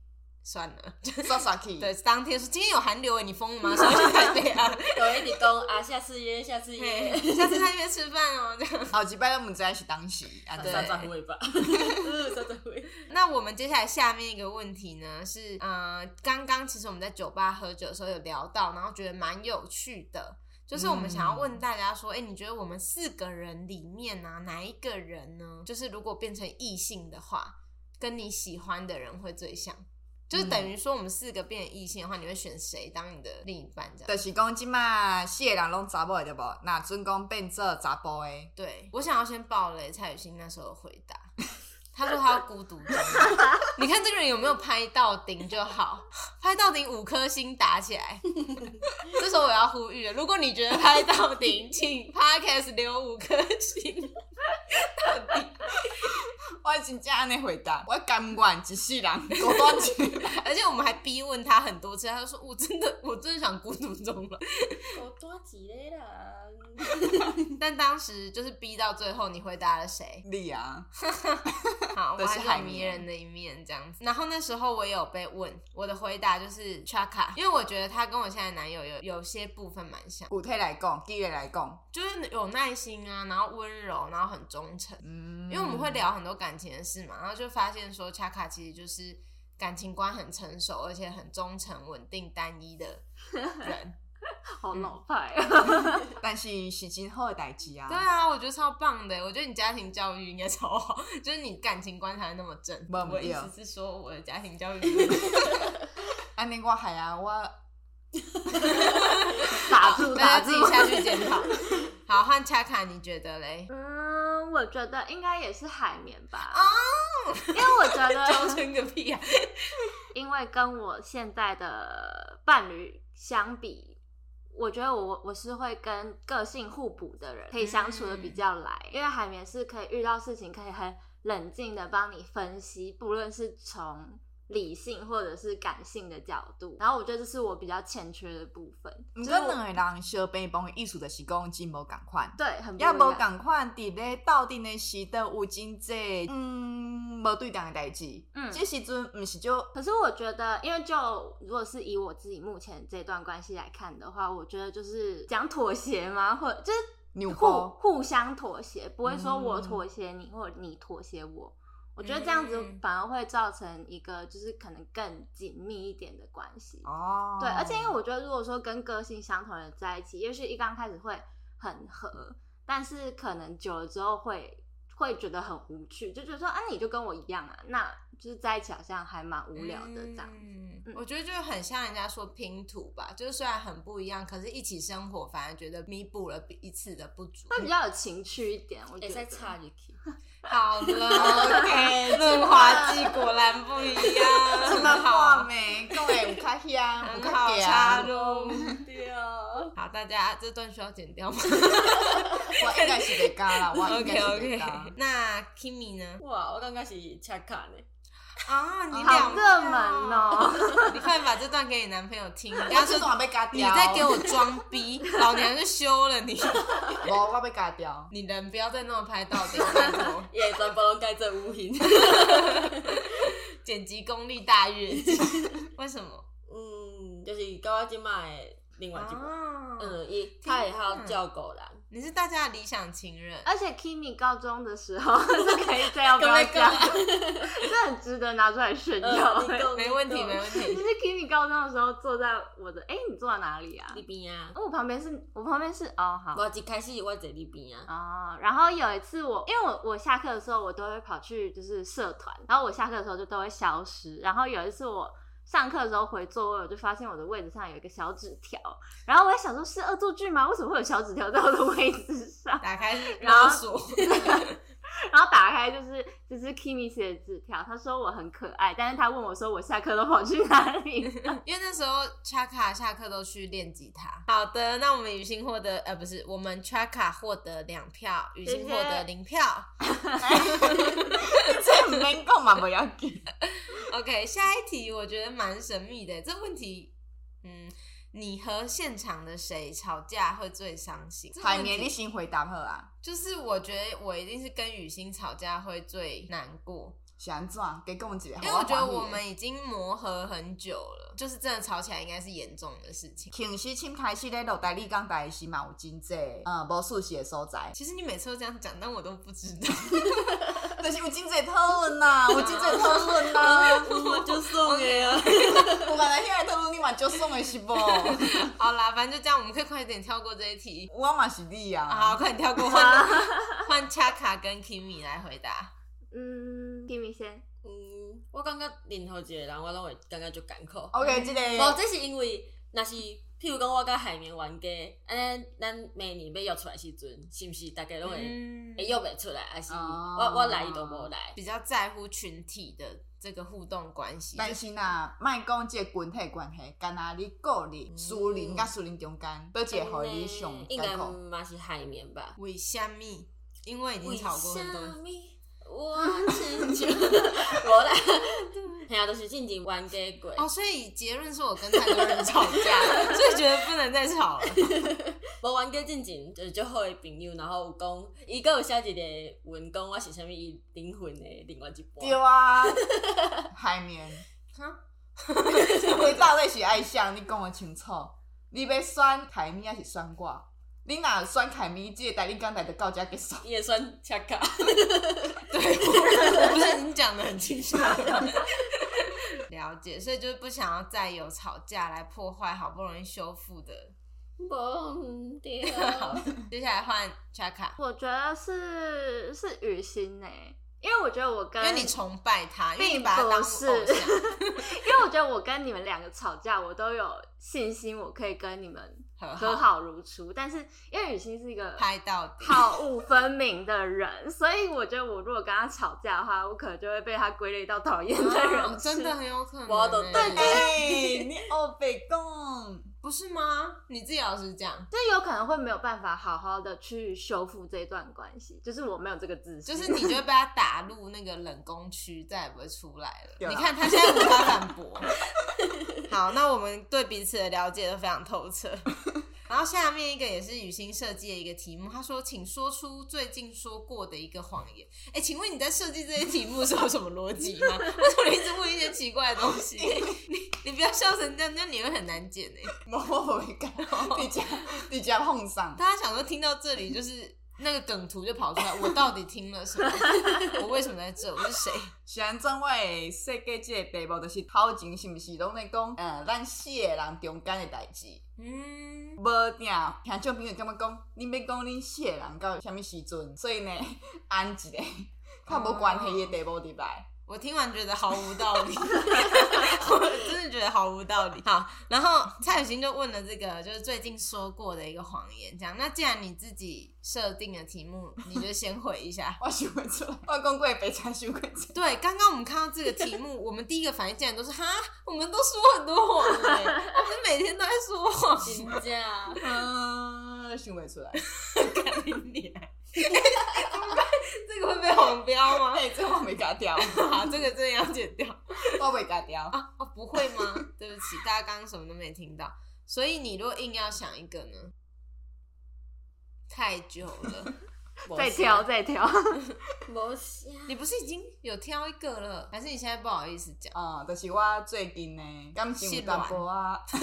[SPEAKER 1] 算了。
[SPEAKER 2] 煞煞 去，
[SPEAKER 1] 对，当天说今天有寒流诶，欸你疯了吗？谁会去台北啊？
[SPEAKER 3] 有一直讲啊，下次约，下次约，
[SPEAKER 1] 嘿下次在那边吃饭哦，这样。
[SPEAKER 2] 后一摆咱毋知影是当时，啊
[SPEAKER 3] 啊
[SPEAKER 2] 对，
[SPEAKER 3] 三十岁 吧，嗯三十岁。
[SPEAKER 1] 那我们接下来下面一个问题呢是，呃，刚刚其实我们在酒吧喝酒的时候有聊到，然后觉得蛮有趣的，就是我们想要问大家说，哎、你觉得我们四个人里面呢、啊，哪一个人呢，就是如果变成异性的话，跟你喜欢的人会最像？就是等于说我们四个变成异性的话，你会选谁当你的另一半？这样
[SPEAKER 2] 就是讲即满四个人拢查某的对无？若准讲变做查甫的，
[SPEAKER 1] 对我想要先爆雷蔡雨欣那时候的回答，她说她要孤独终 老。你看这个人有没有拍到顶就好，拍到顶五颗星打起来。 这时候我要呼吁了，如果你觉得拍到顶，请 podcast 留五颗星。
[SPEAKER 2] 我真正安尼回答，我甘愿一世 人孤单一个
[SPEAKER 1] 而且我们还逼问他很多次，他说我真的我真的想孤独终老。
[SPEAKER 3] 我多几个人，
[SPEAKER 1] 但当时就是逼到最后，你回答了谁？
[SPEAKER 2] 你啊，
[SPEAKER 1] 好，我
[SPEAKER 2] 对
[SPEAKER 1] 还
[SPEAKER 2] 是
[SPEAKER 1] 是
[SPEAKER 2] 海
[SPEAKER 1] 有迷
[SPEAKER 2] 绵
[SPEAKER 1] 人的一面这样子。然后那时候我也有被问，我的回答就是 Chaka，因为我觉得他跟我现在的男友有有些部分蛮像，
[SPEAKER 2] 具体来讲，举例来讲，
[SPEAKER 1] 就是有耐心啊，然后温柔，然后很忠诚。
[SPEAKER 2] 嗯，
[SPEAKER 1] 因为我们会聊很多感情的事嘛，然后就发现说 Chaka 其实就是感情观很成熟，而且很忠诚、稳定、单一的人。
[SPEAKER 4] 好老派、
[SPEAKER 2] 但是是真好诶代志啊。
[SPEAKER 1] 对啊，我觉得超棒的，我觉得你家庭教育应该超好， 就是你感情观才会那么正。
[SPEAKER 2] 没有
[SPEAKER 1] 我意
[SPEAKER 2] 没有
[SPEAKER 1] 思是说我的家庭教育 没有。
[SPEAKER 2] 安尼我系啊，我
[SPEAKER 4] 打住
[SPEAKER 1] 大 家
[SPEAKER 4] 打
[SPEAKER 1] 自
[SPEAKER 4] 住
[SPEAKER 1] 己。下去检讨。啊好，换恰卡，你觉得嘞？
[SPEAKER 4] 嗯，我觉得应该也是海绵吧，
[SPEAKER 1] 哦
[SPEAKER 4] 因为我觉 得
[SPEAKER 1] 娇嗔个屁啊！
[SPEAKER 4] 因为跟我现在的伴侣相比，我觉得我我是会跟个性互补的人可以相处的比较来，因为海绵是可以遇到事情可以很冷静的帮你分析，不论是从理性或者是感性的角度，然后我觉得这是我比较欠缺的部分，
[SPEAKER 2] 毋
[SPEAKER 4] 就
[SPEAKER 2] 过
[SPEAKER 4] 是我
[SPEAKER 2] 两个人相平帮诶意思就是讲真无共款，
[SPEAKER 4] 对很不一
[SPEAKER 1] 啊
[SPEAKER 2] 也
[SPEAKER 4] 样
[SPEAKER 2] 无共款。伫咧斗阵诶时阵有真济嗯无对等诶代志，
[SPEAKER 4] 嗯
[SPEAKER 2] 这时阵毋是就
[SPEAKER 4] 可是我觉得，因为就如果是以我自己目前这段关系来看的话，我觉得就是讲妥协吗？或就是
[SPEAKER 2] 扭
[SPEAKER 4] 互
[SPEAKER 2] 包
[SPEAKER 4] 互相妥协，不会说我
[SPEAKER 2] 嗯
[SPEAKER 4] 妥协你，或者你妥协我。我觉得这样子
[SPEAKER 1] 嗯
[SPEAKER 4] 反而会造成一个就是可能更紧密一点的关系。
[SPEAKER 2] 哦，
[SPEAKER 4] 对，而且因为我觉得，如果说跟个性相同的人在一起，也许一刚开始会很合，但是可能久了之后会会觉得很无趣，就觉得说啊，你就跟我一样啊，那就是在一起好像还蛮无聊的这样。
[SPEAKER 1] 嗯
[SPEAKER 4] 嗯
[SPEAKER 1] 我觉得就很像人家说拼图吧，就是虽然很不一样，可是一起生活反而觉得弥补了彼此的不足。
[SPEAKER 4] 会比较有情趣一点，我觉
[SPEAKER 3] 会
[SPEAKER 4] 得
[SPEAKER 3] 使。插入去。
[SPEAKER 1] 好了，OK，润 滑剂果然不一样，
[SPEAKER 2] 真的话，咩，讲诶有较香，有
[SPEAKER 1] 很
[SPEAKER 2] 较
[SPEAKER 1] 好插
[SPEAKER 2] 咸，
[SPEAKER 1] 入。
[SPEAKER 3] 对啊。
[SPEAKER 1] 好，大家这段需要剪掉吗
[SPEAKER 2] 我应该是啊 袂加啦，我应
[SPEAKER 1] ？OK
[SPEAKER 2] 该是袂
[SPEAKER 1] OK
[SPEAKER 2] 加。。
[SPEAKER 1] 那 Kimi 呢？
[SPEAKER 3] 哇，我感觉是恰卡呢，
[SPEAKER 1] 啊，你
[SPEAKER 4] 好
[SPEAKER 1] 两
[SPEAKER 4] 热门哦！
[SPEAKER 1] 你快把这段给你男朋友听，你跟他
[SPEAKER 2] 我这
[SPEAKER 1] 说
[SPEAKER 2] 段要加掉，
[SPEAKER 1] 你在给我装逼，老娘就休了你。
[SPEAKER 2] 无，我要加掉。
[SPEAKER 1] 你人不要再那么拍到底，拜托，
[SPEAKER 3] 也全部拢改做无 形。
[SPEAKER 1] 剪辑功力大跃进。为什么？
[SPEAKER 3] 嗯，就是到我即卖另外一半，
[SPEAKER 1] 啊，
[SPEAKER 3] 嗯，伊较会晓照顾人。
[SPEAKER 1] 你是大家的理想情人。
[SPEAKER 4] 而且 Kimi 高中的时 候 是可以这样不要讲，这很值得拿出来炫耀。欸
[SPEAKER 3] 呃你讲
[SPEAKER 1] 没问题，
[SPEAKER 3] 你讲
[SPEAKER 1] 没问
[SPEAKER 4] 就是
[SPEAKER 1] 题。
[SPEAKER 4] Kimi 高中的时候坐在我的，哎、你坐在哪里啊
[SPEAKER 3] 你？边啊，
[SPEAKER 4] 哦，我旁边是，我旁边是，哦，好，
[SPEAKER 3] 我一开始我坐你边啊，
[SPEAKER 4] 哦，然后有一次我，因为我我下课的时候我都会跑去就是社团，然后我下课的时候就都会消失。然后有一次我上课的时候回座位，我就发现我的位置上有一个小纸条，然后我在想说是恶作剧吗？为什么会有小纸条在我的位置 上？
[SPEAKER 1] 打 开是
[SPEAKER 4] 然后
[SPEAKER 1] 勒索，
[SPEAKER 4] 然后打开就是就是 Kimi 写的纸条，他说我很可爱，但是他问我说我下课都跑去哪里 了？
[SPEAKER 1] 因为那时候 Chaka 下课都去练吉他。好的，那我们雨欣获得，呃，不是，我们 Chaka 获得两票，雨欣
[SPEAKER 4] 谢
[SPEAKER 1] 获
[SPEAKER 4] 谢
[SPEAKER 1] 得零票。
[SPEAKER 2] 这毋免讲嘛，袂要紧。
[SPEAKER 1] OK，下一题我觉得蛮神秘的，这问题，嗯，你和现场的谁吵架会最伤心？这个
[SPEAKER 2] 海
[SPEAKER 1] 问
[SPEAKER 2] 绵，
[SPEAKER 1] 题
[SPEAKER 2] 你先回答好啊，
[SPEAKER 1] 就是我觉得我一定是跟雨欣吵架会最难过，
[SPEAKER 2] 是安怎？给讲一个。
[SPEAKER 1] 因为我觉得我们已经磨合很久了，就是真的吵起来应该是严重的事情。
[SPEAKER 2] 其实先开始咧，落台你讲台是嘛有真济，呃，无熟悉的所在，
[SPEAKER 1] 其实你每次都这样讲，但我都不知道。
[SPEAKER 2] 但是有真济讨论呐，有真济讨论呐。
[SPEAKER 3] 我就送诶啊。
[SPEAKER 2] 有嘛来遐讨论，你嘛就爽的是无？
[SPEAKER 1] 好啦，反正就这样，我们可以快点跳过这一题。
[SPEAKER 2] 我嘛是你
[SPEAKER 1] 啊
[SPEAKER 2] 啊。
[SPEAKER 1] 好，快点跳过，换换 Chaka 跟 Kimi 来回答。
[SPEAKER 4] 嗯，Kimi 先，
[SPEAKER 3] 嗯，我感觉任何一个人，我拢会感觉足艰苦。
[SPEAKER 1] 哦
[SPEAKER 2] OK，即
[SPEAKER 3] 无，
[SPEAKER 2] 个
[SPEAKER 3] 这是因为，若是譬如讲我甲海绵冤家，安尼咱明年要约出来时阵，是毋是大家拢会
[SPEAKER 1] 嗯
[SPEAKER 3] 会约袂出来，还是
[SPEAKER 2] 哦
[SPEAKER 3] 我我来伊都无来？
[SPEAKER 1] 比较在乎群体的这个互动关系。
[SPEAKER 2] 但是呐，莫讲即个群体关系，干那你个人、私人甲私人中间，倒一个互你上
[SPEAKER 3] 应该
[SPEAKER 2] 艰苦。
[SPEAKER 3] 嘛是海绵吧？
[SPEAKER 1] 为虾米？因为已经吵过很多。
[SPEAKER 3] 为什么我亲 像 无啦， 嘿啊，就是进前冤家过。
[SPEAKER 1] 哦，所以结论是我跟太多人吵架， 所以觉得不能再吵了。
[SPEAKER 3] 无冤家进前呃就是最好诶朋友，然后有讲，伊阁有写一个文讲我是啥物伊灵魂诶另外一半。
[SPEAKER 2] 对啊，海绵，你到底是爱谁？你讲我清楚。你要选凯咪还是选我？你若选凯咪，即、个代理刚才就到遮结束。
[SPEAKER 3] 伊会选恰卡，
[SPEAKER 1] 对，我 我不是已经讲的很清楚 了。了解，所以就是不想要再有吵架来破坏好不容易修复的。
[SPEAKER 3] 无对。
[SPEAKER 2] 啊
[SPEAKER 1] 接下来换 Chaka，
[SPEAKER 4] 我觉得是是雨欣呢、因为我觉得我
[SPEAKER 1] 因
[SPEAKER 4] 跟
[SPEAKER 1] 为你崇拜他，因为你
[SPEAKER 4] 并
[SPEAKER 1] 把他当偶
[SPEAKER 4] 哎不是， 因
[SPEAKER 1] 像，
[SPEAKER 4] 为我觉得我跟你们两个吵架，我都有信心我可以跟你们
[SPEAKER 1] 很
[SPEAKER 4] 和
[SPEAKER 1] 好，
[SPEAKER 4] 好如初。但是因为雨欣是一个
[SPEAKER 1] 拍到底。
[SPEAKER 4] 好恶分明的人，所以我觉得我如果跟他吵架的话，我可能就会被他归类到讨厌的 人、
[SPEAKER 1] 哦真的。很有可能、
[SPEAKER 3] 我都
[SPEAKER 1] 欸
[SPEAKER 3] 对
[SPEAKER 2] 对，你哦白讲，
[SPEAKER 1] 不是吗？你自己老实讲，
[SPEAKER 4] 就有可能会没有办法好好的去修复这段关系，就是我没有这个自信。
[SPEAKER 1] 就是 你就会被他打入那个冷宫区，再也不会出来了。
[SPEAKER 2] 对啊
[SPEAKER 1] 你看他现在无法反 驳。好，那我们对彼此的了解都非常透彻。 然后下面一个也是雨欣设计的一个题目，他说：“请说出最近说过的一个谎言。”哎，请问你在设计这些题目的时候有什么逻辑 吗？为什么你一直问一些奇怪的东西？你你不要笑成这样，那你会很难剪哎、
[SPEAKER 2] 无我袂讲，你遮你遮碰上。
[SPEAKER 1] 大家想说听到这里就是那个梗图就跑出来，我到底听了什 么？我为什么在这？我是谁？
[SPEAKER 2] 是安怎我会设计即个题目，就是头前是毋是拢咧讲，呃，咱四个人中间的代志。
[SPEAKER 1] 嗯，
[SPEAKER 2] 无定听众朋友感觉讲，恁要讲恁四个人到啥物时阵，所以呢， 安一 个较无关系的题目入来。。
[SPEAKER 1] 我听完觉得毫无道理，我真的觉得毫无道理。好，然后蔡雨欣就问了这个，就是最近说过的一个谎言，这样。那既然你自己设定的题目，你就先回一下
[SPEAKER 2] 我想袂出来，我讲过白菜想过这，
[SPEAKER 1] 对，刚刚我们看到这个题目，我们第一个反应竟然都是哈，我们都说很多谎了耶，我们每天都在说谎。
[SPEAKER 3] 真正，
[SPEAKER 2] 嗯，想袂出来。
[SPEAKER 1] 干你娘 这个会被红标吗？
[SPEAKER 2] 哎、这我没加掉，
[SPEAKER 1] 好，这个真的要剪掉
[SPEAKER 2] 我没加掉。
[SPEAKER 1] 啊！哦，不会吗？对不起，大家刚刚什么都没听到。所以你如果硬要想一个呢，太久了。
[SPEAKER 4] 再挑 再挑，
[SPEAKER 3] 无啥。
[SPEAKER 1] 你不是已经有挑一个了，还是你现在不好意思讲？
[SPEAKER 2] 啊、嗯，就是我最近呢，感情有淡薄啊。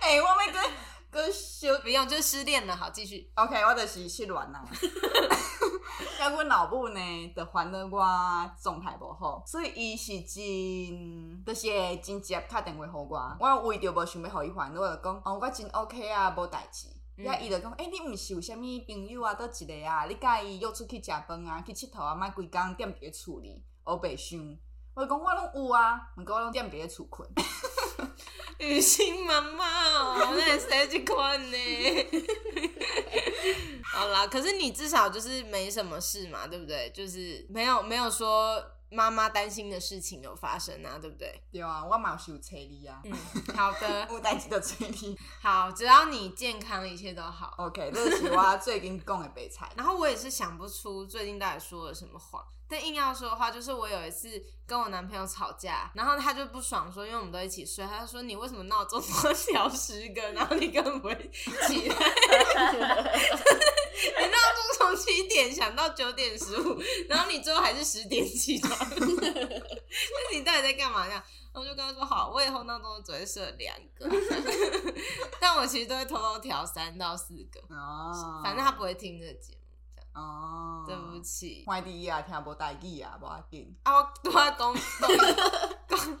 [SPEAKER 2] 哎、我要跟跟小
[SPEAKER 1] 不用，就是失恋了。好，继续。
[SPEAKER 2] OK，我就是失 恋啦。甲阮老母呢，就烦恼我状态无好，所以伊是真，就是会真直接敲电话互我。我为着无想要互伊烦恼，我就讲，哦，我真 OK 啊，无代志。
[SPEAKER 1] 嗯
[SPEAKER 2] 呀、伊就讲，诶、你毋是有啥物朋友啊，倒一个啊，你甲伊约出去食饭啊，去佚佗啊，莫规工踮伫咧厝里，乌白想。我就讲我拢有啊，毋过我拢踮伫咧厝困。
[SPEAKER 1] 雨欣妈妈哦，那也是要去看呢。好啦，可是你至少就是没什么事嘛，对不对？就是没有没有说妈妈担心的事情有发生啊，对不对？
[SPEAKER 2] 对啊，我嘛有是有找你啊，
[SPEAKER 1] 嗯，好的，
[SPEAKER 2] 有代志就找你。
[SPEAKER 1] 好，只要你健康，一切都好。
[SPEAKER 2] OK，这是我最近讲的白菜。
[SPEAKER 1] 然后我也是想不出最近到底说了什么谎，但硬要说的话，就是我有一次跟我男朋友吵架，然后他就不爽说，因为我们都一起睡，他就说你为什么闹钟多调十个，然后你根本不会起来，你闹钟从七点响到九点十五，然后你最后还是十点起床，那你到底在干嘛呀？然后我就跟他说好，我以后闹钟只会设两个， 但我其实都会偷偷调三到四个。
[SPEAKER 2] 哦，
[SPEAKER 1] 反正他不会听这个节目，
[SPEAKER 2] 哦，
[SPEAKER 1] 对不起。
[SPEAKER 2] 看你啊，听无代志啊，无要紧。
[SPEAKER 1] 啊，我都要讲讲讲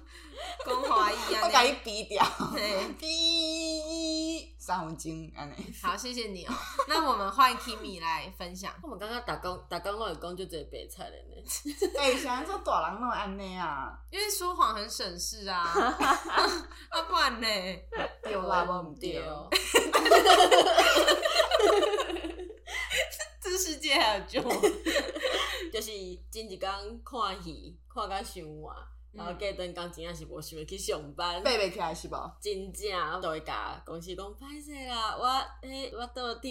[SPEAKER 1] 讲华裔
[SPEAKER 2] 我甲
[SPEAKER 1] 啊，
[SPEAKER 2] 你
[SPEAKER 1] 你
[SPEAKER 2] 逼掉，
[SPEAKER 1] 嘿
[SPEAKER 2] 逼三分钟安尼。
[SPEAKER 1] 好，谢谢你哦。那我们换 Kimi 来分享，
[SPEAKER 3] 我们刚刚打工打工拢会讲就做白菜了呢。
[SPEAKER 2] 哎、欸，想做大人拢安尼啊？
[SPEAKER 1] 因为说谎很省事啊， 啊不然呢？
[SPEAKER 2] 对啦，无毋对。哦
[SPEAKER 3] 哦
[SPEAKER 1] 这世界还有救吗？
[SPEAKER 3] 就是前一天看戏，看到伤晚，然后隔顿工真正是无想要去上班。
[SPEAKER 2] 爬袂起来是无？
[SPEAKER 3] 真正我都会甲公司讲歹势啦，我迄我倒疼，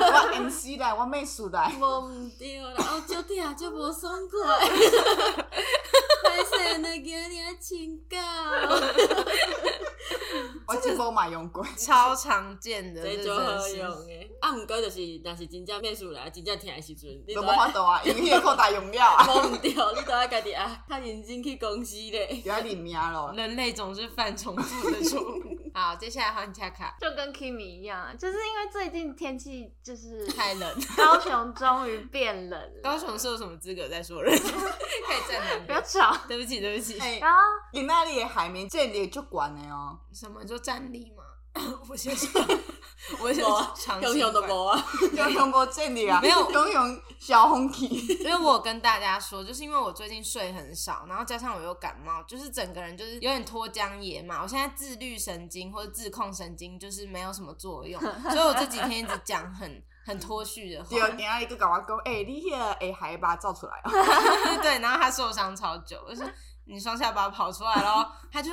[SPEAKER 2] 我 MC 来，我妹 事 来。
[SPEAKER 3] 无毋对啊啦，我少疼少无爽快。歹势，那今日请假哦，
[SPEAKER 2] 我真无嘛用过。
[SPEAKER 1] 超常见的，
[SPEAKER 3] 这
[SPEAKER 1] 这
[SPEAKER 3] 就
[SPEAKER 1] 真的
[SPEAKER 3] 好
[SPEAKER 1] 是
[SPEAKER 3] 用诶。啊，毋过就是，若是真正面试来，真正疼诶时阵，你
[SPEAKER 2] 都
[SPEAKER 3] 都
[SPEAKER 2] 无
[SPEAKER 3] 要
[SPEAKER 2] 法度啊，因为迄个扩大用了啊，
[SPEAKER 3] 无毋对，你都要家己啊，较认真去公司咧。
[SPEAKER 2] 就要认命啊咯。
[SPEAKER 1] 人类总是犯重复的错误。好，接下来换恰卡，
[SPEAKER 4] 就跟 Kimi 一样啊，就是因为最近天气就是
[SPEAKER 1] 太冷，
[SPEAKER 4] 高雄终于变冷了，
[SPEAKER 1] 高雄是有什么资格在说人？可以站南
[SPEAKER 4] 不要
[SPEAKER 1] 边？
[SPEAKER 4] 吵。
[SPEAKER 1] 对不起，对不起，
[SPEAKER 2] 哎、
[SPEAKER 4] 然后
[SPEAKER 2] 今仔日的海绵建立足悬的哦，
[SPEAKER 1] 什么就站立嘛？ 我先说，我先
[SPEAKER 3] 无啊
[SPEAKER 1] 说，长
[SPEAKER 3] 雄
[SPEAKER 1] 期
[SPEAKER 3] 雄都
[SPEAKER 1] 管
[SPEAKER 3] 无啊，
[SPEAKER 2] 中用无建立啊，
[SPEAKER 1] 没有
[SPEAKER 2] 中用小风气。
[SPEAKER 1] 因为我跟大家说，就是因为我最近睡很少，然后加上我又感冒，就是整个人就是有点脱缰野马。我现在自律神经或者自控神经就是没有什么作 用，所以我这几天一直讲很很脱序的话
[SPEAKER 2] 对，，今仔日佫甲我讲，哎、你迄个下海巴走出来哦。
[SPEAKER 1] 对。然后他受伤超久，我就说你双下巴跑出来咯，他就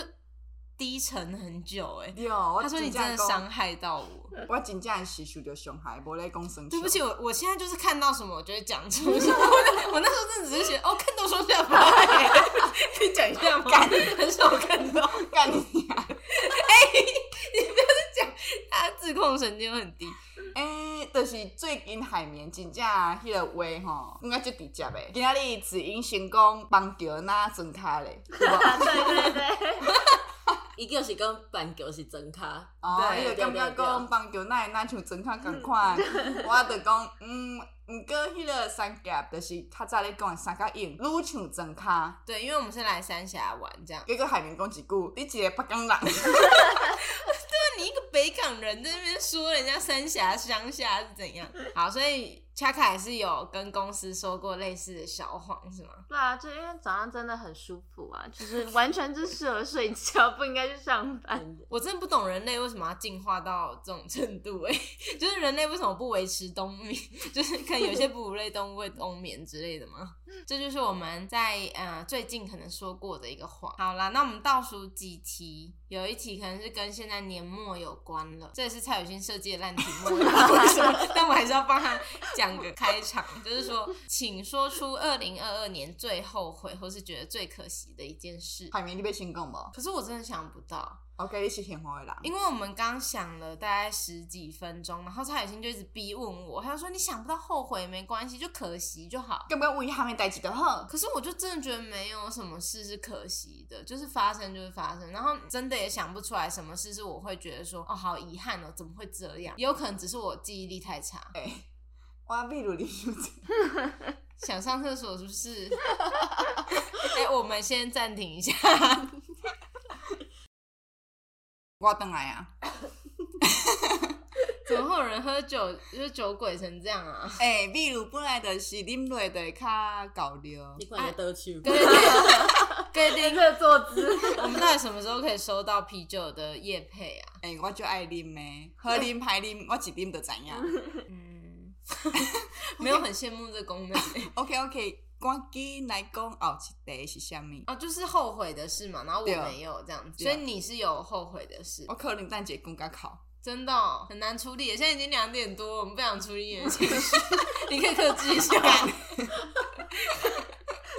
[SPEAKER 1] 低沉很久、欸，
[SPEAKER 2] 对，我
[SPEAKER 1] 他说你
[SPEAKER 2] 真
[SPEAKER 1] 真
[SPEAKER 2] 正
[SPEAKER 1] 的
[SPEAKER 2] 讲
[SPEAKER 1] 伤害到我。
[SPEAKER 2] 我真正是受着伤害，无咧讲生气。
[SPEAKER 1] 对不起，，我我现在就是看到什么我就会讲出来。我 那我那时候真的只是觉得，哦，看到双下巴、欸，可以讲一下吗？很少看到。
[SPEAKER 2] 干 你啊！
[SPEAKER 1] 他自控神经很低，
[SPEAKER 2] 诶、哎就是最近海绵真正迄个话吼，应该就直接诶。今仔日子英成功帮桥哪装卡咧， 对无
[SPEAKER 1] 啊
[SPEAKER 4] 对对对，
[SPEAKER 3] 伊就是讲板桥是真卡，
[SPEAKER 2] 哦，伊
[SPEAKER 1] 对
[SPEAKER 2] 就感
[SPEAKER 3] 对
[SPEAKER 2] 觉
[SPEAKER 3] 对
[SPEAKER 2] 讲棒球哪会哪像真卡共款，我就讲，嗯，毋过迄个三甲就是较早咧讲的三甲硬，愈像真卡。
[SPEAKER 1] 对，因为我们是来三峡玩这样。
[SPEAKER 2] 结果海绵讲一句，你一个北
[SPEAKER 1] 那你一个北港
[SPEAKER 2] 港人，
[SPEAKER 1] 人在那边说人家三峡乡下是怎样？好，所以恰卡也是有跟公司说过类似的小谎，是吗？
[SPEAKER 4] 对啊，就因为早上真的很舒服啊，就是完全就适合睡觉，不应该去上班。
[SPEAKER 1] 我真的不懂人类为什么要进化到这种程度、欸，哎， 就是人类为什么不维持冬眠？ 就是可能有些哺乳类动物会冬眠之类的吗？这就是我们在呃最近可能说过的一个谎。好啦，那我们倒数几题，有一题可能是跟现在年末有关了，这也是蔡雨欣设计的烂题目，我也不知道 为什么？但我还是要帮他讲个开场，就是说，请说出二零二二年最后悔或是觉得最可惜的一件事。
[SPEAKER 2] 海绵你要先讲无？
[SPEAKER 1] 可是我真的想不到，
[SPEAKER 2] OK，你是幸福的人。
[SPEAKER 1] 因为我们刚想了大概十几分钟，然后蔡雨欣就一直逼问我，他说你想不到后悔没关系，就可惜就好。
[SPEAKER 2] 根本为他们代志就好。
[SPEAKER 1] 可是我就真的觉得没有什么事是可惜的，就是发生就是发生，然后真的也想不出来什么事是我会觉得说哦好遗憾哦，怎么会这样？也有可能只是我记忆力太差，
[SPEAKER 2] 我比如你想
[SPEAKER 1] 想上厕所是不是？ 哎、我们先暂停一下，
[SPEAKER 2] 我等来啊。
[SPEAKER 1] 怎么会有人喝酒就是酒鬼成这样啊？
[SPEAKER 2] 诶、比如本来就是啉落就会较搞料
[SPEAKER 3] 你。看你的手，
[SPEAKER 1] 各位听众各位
[SPEAKER 4] 这
[SPEAKER 1] 听众，
[SPEAKER 4] 个坐 姿，
[SPEAKER 1] 我们到底什么时候可以收到啤酒的夜配啊？
[SPEAKER 2] 诶、我就爱啉诶，好啉歹啉，我一啉就知影。
[SPEAKER 1] 嗯， 没有很羡慕这功能、欸
[SPEAKER 2] OK OK，赶紧来讲后一题是啥物？
[SPEAKER 1] 哦，就是后悔的事嘛，然后我
[SPEAKER 2] 对啊
[SPEAKER 1] 没有这样子，所
[SPEAKER 2] 对啊哦
[SPEAKER 1] 以你是有后悔的事
[SPEAKER 2] 我，可能等一下讲甲哭。
[SPEAKER 1] 真的哦、很难处理。现在已经两点多，我们不想处理你的情绪， 你可以克制一 下。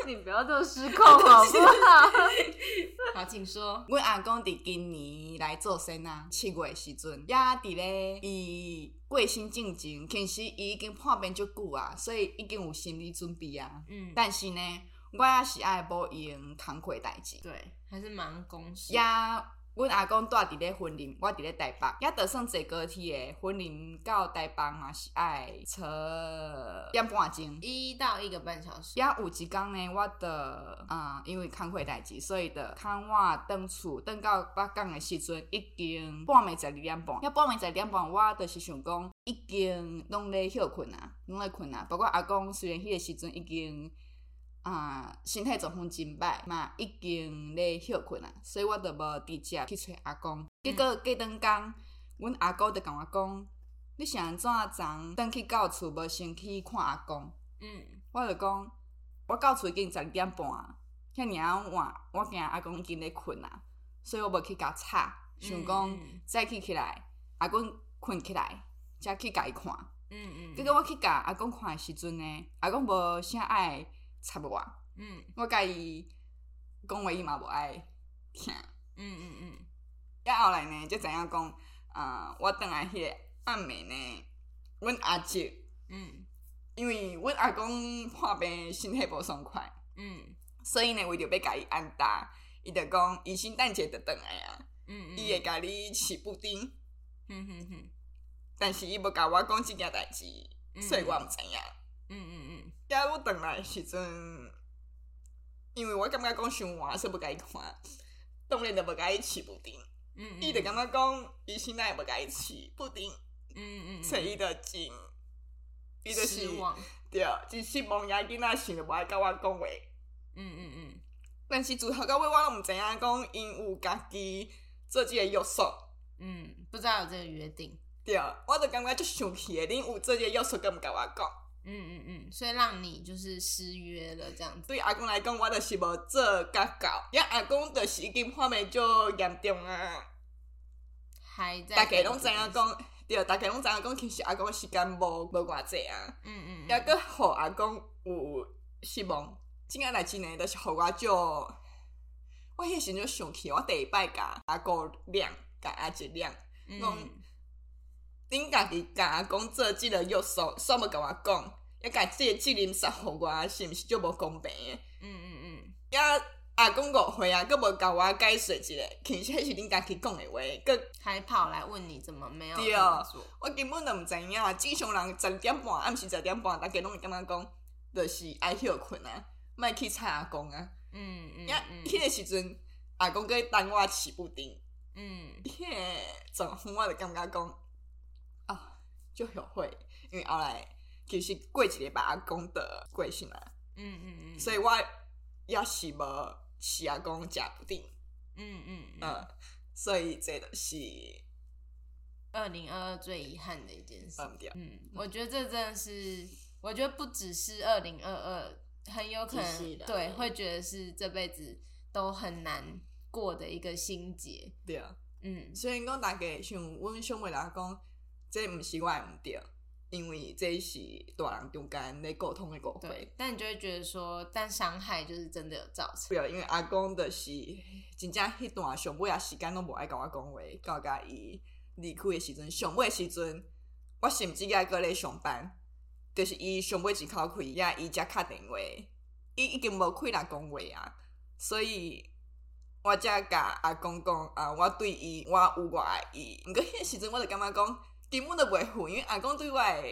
[SPEAKER 4] 你不要这么失控好不好？
[SPEAKER 1] 好，请说。
[SPEAKER 2] 阮阿公伫今年来做生啊，七月时阵，也伫咧伊过身进前，其实伊已经破病足久啊，所以已经有心理准备啊。
[SPEAKER 1] 嗯，
[SPEAKER 2] 但是呢，我也是爱无闲工课代志，
[SPEAKER 1] 对，还是蛮公式。
[SPEAKER 2] 也阮阿公住伫咧婚林，我伫咧台北，也就算坐高铁的婚林到台北嘛是爱坐点半钟。
[SPEAKER 1] 一到一个半小时。
[SPEAKER 2] 也有一工呢，我的啊、因为工课代志，所以的看我转厝，转到北港的时阵，已经半暝十二点半。遐半暝十二点半，我就是想讲，已经拢咧休困啊，拢咧困啊。包括阿公虽然迄个时阵已经啊、身体状况真歹嘛，已经咧休困啊，所以我就无直接去找阿公。结果过两工，阮阿公就甲我讲，你是安怎昨转去到厝无先去看阿公？
[SPEAKER 1] 嗯，
[SPEAKER 2] 我就讲，我到厝已经十二点半，遐尔啊晚，我惊阿公已经咧困啊，所以我无去甲吵，想讲
[SPEAKER 1] 嗯嗯
[SPEAKER 2] 早起起来，阿公困起来，才去甲伊看。
[SPEAKER 1] 嗯嗯，
[SPEAKER 2] 结果我去甲阿公看的时阵呢，阿公无啥爱插我，啊
[SPEAKER 1] 嗯
[SPEAKER 2] 我甲伊讲话伊嘛无爱听。
[SPEAKER 1] 嗯嗯嗯，
[SPEAKER 2] 啊后来呢，才知影讲，啊、我等来迄个暗暝呢，阮阿叔，
[SPEAKER 1] 嗯
[SPEAKER 2] 因为阮阿公破病，身体无爽快。
[SPEAKER 1] 嗯
[SPEAKER 2] 所以呢，为着要甲伊安搭，伊就讲伊圣诞节就倒来啊，
[SPEAKER 1] 嗯，
[SPEAKER 2] 伊、会甲你饲布丁，
[SPEAKER 1] 嗯嗯嗯
[SPEAKER 2] 但是伊无甲我讲即件代志，
[SPEAKER 1] 嗯
[SPEAKER 2] 所以我毋知影。
[SPEAKER 1] 嗯嗯
[SPEAKER 2] 甲我倒来的时阵，因为我感觉讲伤晚，所以无甲伊看，当然就无甲伊饲布丁。
[SPEAKER 1] 嗯，
[SPEAKER 2] 伊、就感觉讲伊现在无甲伊饲布丁，
[SPEAKER 1] 嗯嗯，
[SPEAKER 2] 所以伊就真，伊就是
[SPEAKER 1] 失望。
[SPEAKER 2] 对，真失望呀！囡仔想着无爱甲我讲话。
[SPEAKER 1] 嗯嗯嗯
[SPEAKER 2] 但是自头到尾，我拢毋知影讲因有家己做即个约束，
[SPEAKER 1] 嗯，不知道有这个约定。
[SPEAKER 2] 对，啊我就感觉足生气的。恁有做即个约束，敢毋甲我讲？
[SPEAKER 1] 嗯嗯嗯，所以让你就是失约了这样子。
[SPEAKER 2] 对阿公来讲，我就是无做甲到，因为阿公就是已经破病足严重啊。
[SPEAKER 1] 还在
[SPEAKER 2] 大家拢知影。讲，对，大家拢知影讲，其实阿公的时间无无偌济啊，
[SPEAKER 1] 嗯嗯，
[SPEAKER 2] 抑佫互阿公有失望。即件代志呢，就是互我足，我迄时阵就生气，我第一摆甲阿公亮，甲阿姐亮。
[SPEAKER 1] 嗯
[SPEAKER 2] 恁家己甲我讲做即个约束，煞要甲我讲，也甲即个责任杀互我，是毋是就无公平诶？
[SPEAKER 1] 嗯嗯
[SPEAKER 2] 也阿公误会啊，佫无甲我解释一下，其实迄是恁家己讲诶话，佫
[SPEAKER 1] 嗯，还跑来问你怎么没有
[SPEAKER 2] 哦
[SPEAKER 1] 做。
[SPEAKER 2] 我根本就毋知影啊。正常人十点半，暗时十点半，大家拢会感觉讲，就是爱休困啊，莫去吵阿公啊。
[SPEAKER 1] 嗯嗯
[SPEAKER 2] 也迄个时阵，阿公佫等我饲布丁，
[SPEAKER 1] 嗯
[SPEAKER 2] 迄个状况我就感觉讲，啊，就后悔，因为后来其实过一个把阿公的过身啊，
[SPEAKER 1] 嗯嗯嗯，
[SPEAKER 2] 所以我要是无是阿公食啊不定，
[SPEAKER 1] 嗯嗯嗯，
[SPEAKER 2] 呃，所以这就是
[SPEAKER 1] 二零二二最遗憾的一件事。
[SPEAKER 2] 嗯对，
[SPEAKER 1] 嗯，我觉得这真的是，我觉得不只是二零二二，很有可
[SPEAKER 3] 继续
[SPEAKER 1] 能
[SPEAKER 3] 的
[SPEAKER 1] 对会觉得是这辈子都很难过的一个心结。
[SPEAKER 2] 对啊。
[SPEAKER 1] 嗯，
[SPEAKER 2] 虽然讲大家像阮小妹来讲，这毋是我的毋对，因为这是大人中间咧沟通的误
[SPEAKER 1] 对
[SPEAKER 2] 会。，
[SPEAKER 1] 但你就会觉得说，但伤害就是真的有造成。
[SPEAKER 2] 对，啊因为阿公就是真正迄段上尾啊时间拢无爱甲我讲话，到甲伊离开的时阵，上尾的时阵，我甚至个个咧上班，就是伊上尾一口开，也伊才敲电话，伊已经无开来讲话啊，所以我才甲阿公讲啊，我对伊我有我爱伊，毋过迄个时阵我就感觉讲根本就袂赴，因为阿公对我的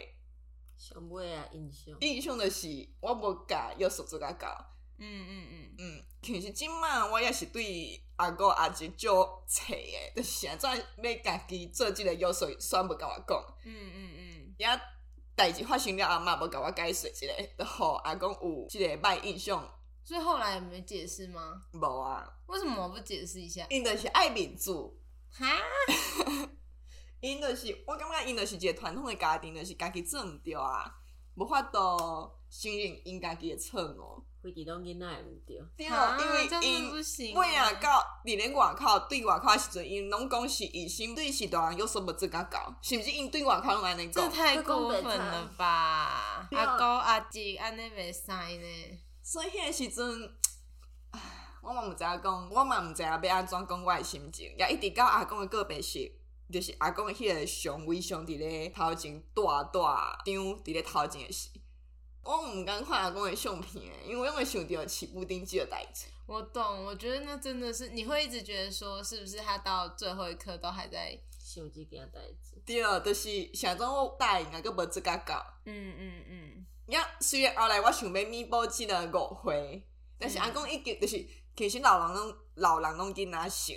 [SPEAKER 3] 上尾啊印象，
[SPEAKER 2] 印象就是我无甲约束做甲到。
[SPEAKER 1] 嗯嗯嗯，
[SPEAKER 2] 嗯，其实即满我也是对阿哥阿姐做册诶，就是安怎要家己做即个优秀，选无甲我讲，
[SPEAKER 1] 嗯嗯
[SPEAKER 2] 也代志发生了，阿嬷无甲我解释即个，然后阿公有即个歹印象
[SPEAKER 1] 嗯，所以后来有没有解释吗？
[SPEAKER 2] 无啊，
[SPEAKER 1] 为什么我不解释一下？
[SPEAKER 2] 因著是爱面子，
[SPEAKER 1] 哈，
[SPEAKER 2] 因著、是我感觉因著是一个传统诶家庭，著、是家己做毋对啊，无法度承认因家己诶错误。
[SPEAKER 3] 非得拢囡仔会毋对，
[SPEAKER 2] 对
[SPEAKER 1] 啊
[SPEAKER 2] 啊，因为
[SPEAKER 1] 这样真的
[SPEAKER 2] 因
[SPEAKER 1] 不行
[SPEAKER 2] 尾啊
[SPEAKER 1] 欸
[SPEAKER 2] 到伫咧外口对外口的时阵，因拢讲是伊心对是大人有什么资格搞，是毋是因对外口拢安尼
[SPEAKER 1] 这
[SPEAKER 2] 讲？
[SPEAKER 1] 太过分了吧！
[SPEAKER 3] 这讲白菜
[SPEAKER 1] 阿公阿姐安尼袂使呢。
[SPEAKER 2] 所以迄个时阵，唉我嘛毋知影讲，我嘛毋知影要安怎讲我的心情，也一直到阿公的告别式。就是阿公的迄个上位上伫咧头前大大张伫咧头前的时，我毋敢看阿公的相片的，因为我会想到起布丁即个代志。
[SPEAKER 1] 我懂，我觉得那真的是你会一直觉得说，是不是他到最后一刻都还在？
[SPEAKER 3] 想即件代志，
[SPEAKER 2] 对，就是想讲我答应啊，个无资格搞。
[SPEAKER 1] 嗯嗯嗯，
[SPEAKER 2] 呀，虽然后来我想要弥补即个误会，但是
[SPEAKER 1] 嗯
[SPEAKER 2] 阿公已经就是其实老人拢老人拢囡仔想，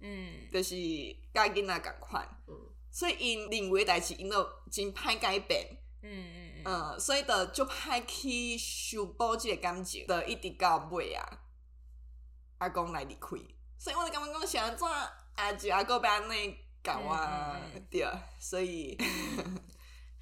[SPEAKER 1] 嗯，
[SPEAKER 2] 就是甲囡仔共款，
[SPEAKER 3] 嗯，
[SPEAKER 2] 所以因认为代志因都真歹改变，
[SPEAKER 1] 嗯嗯嗯，
[SPEAKER 2] 嗯，所以就就歹去修补即个感情，就一直到尾啊，阿公来离开，所以我就感觉讲是安怎阿姐阿公要安尼甲我、
[SPEAKER 1] 嗯嗯嗯
[SPEAKER 2] 对，所以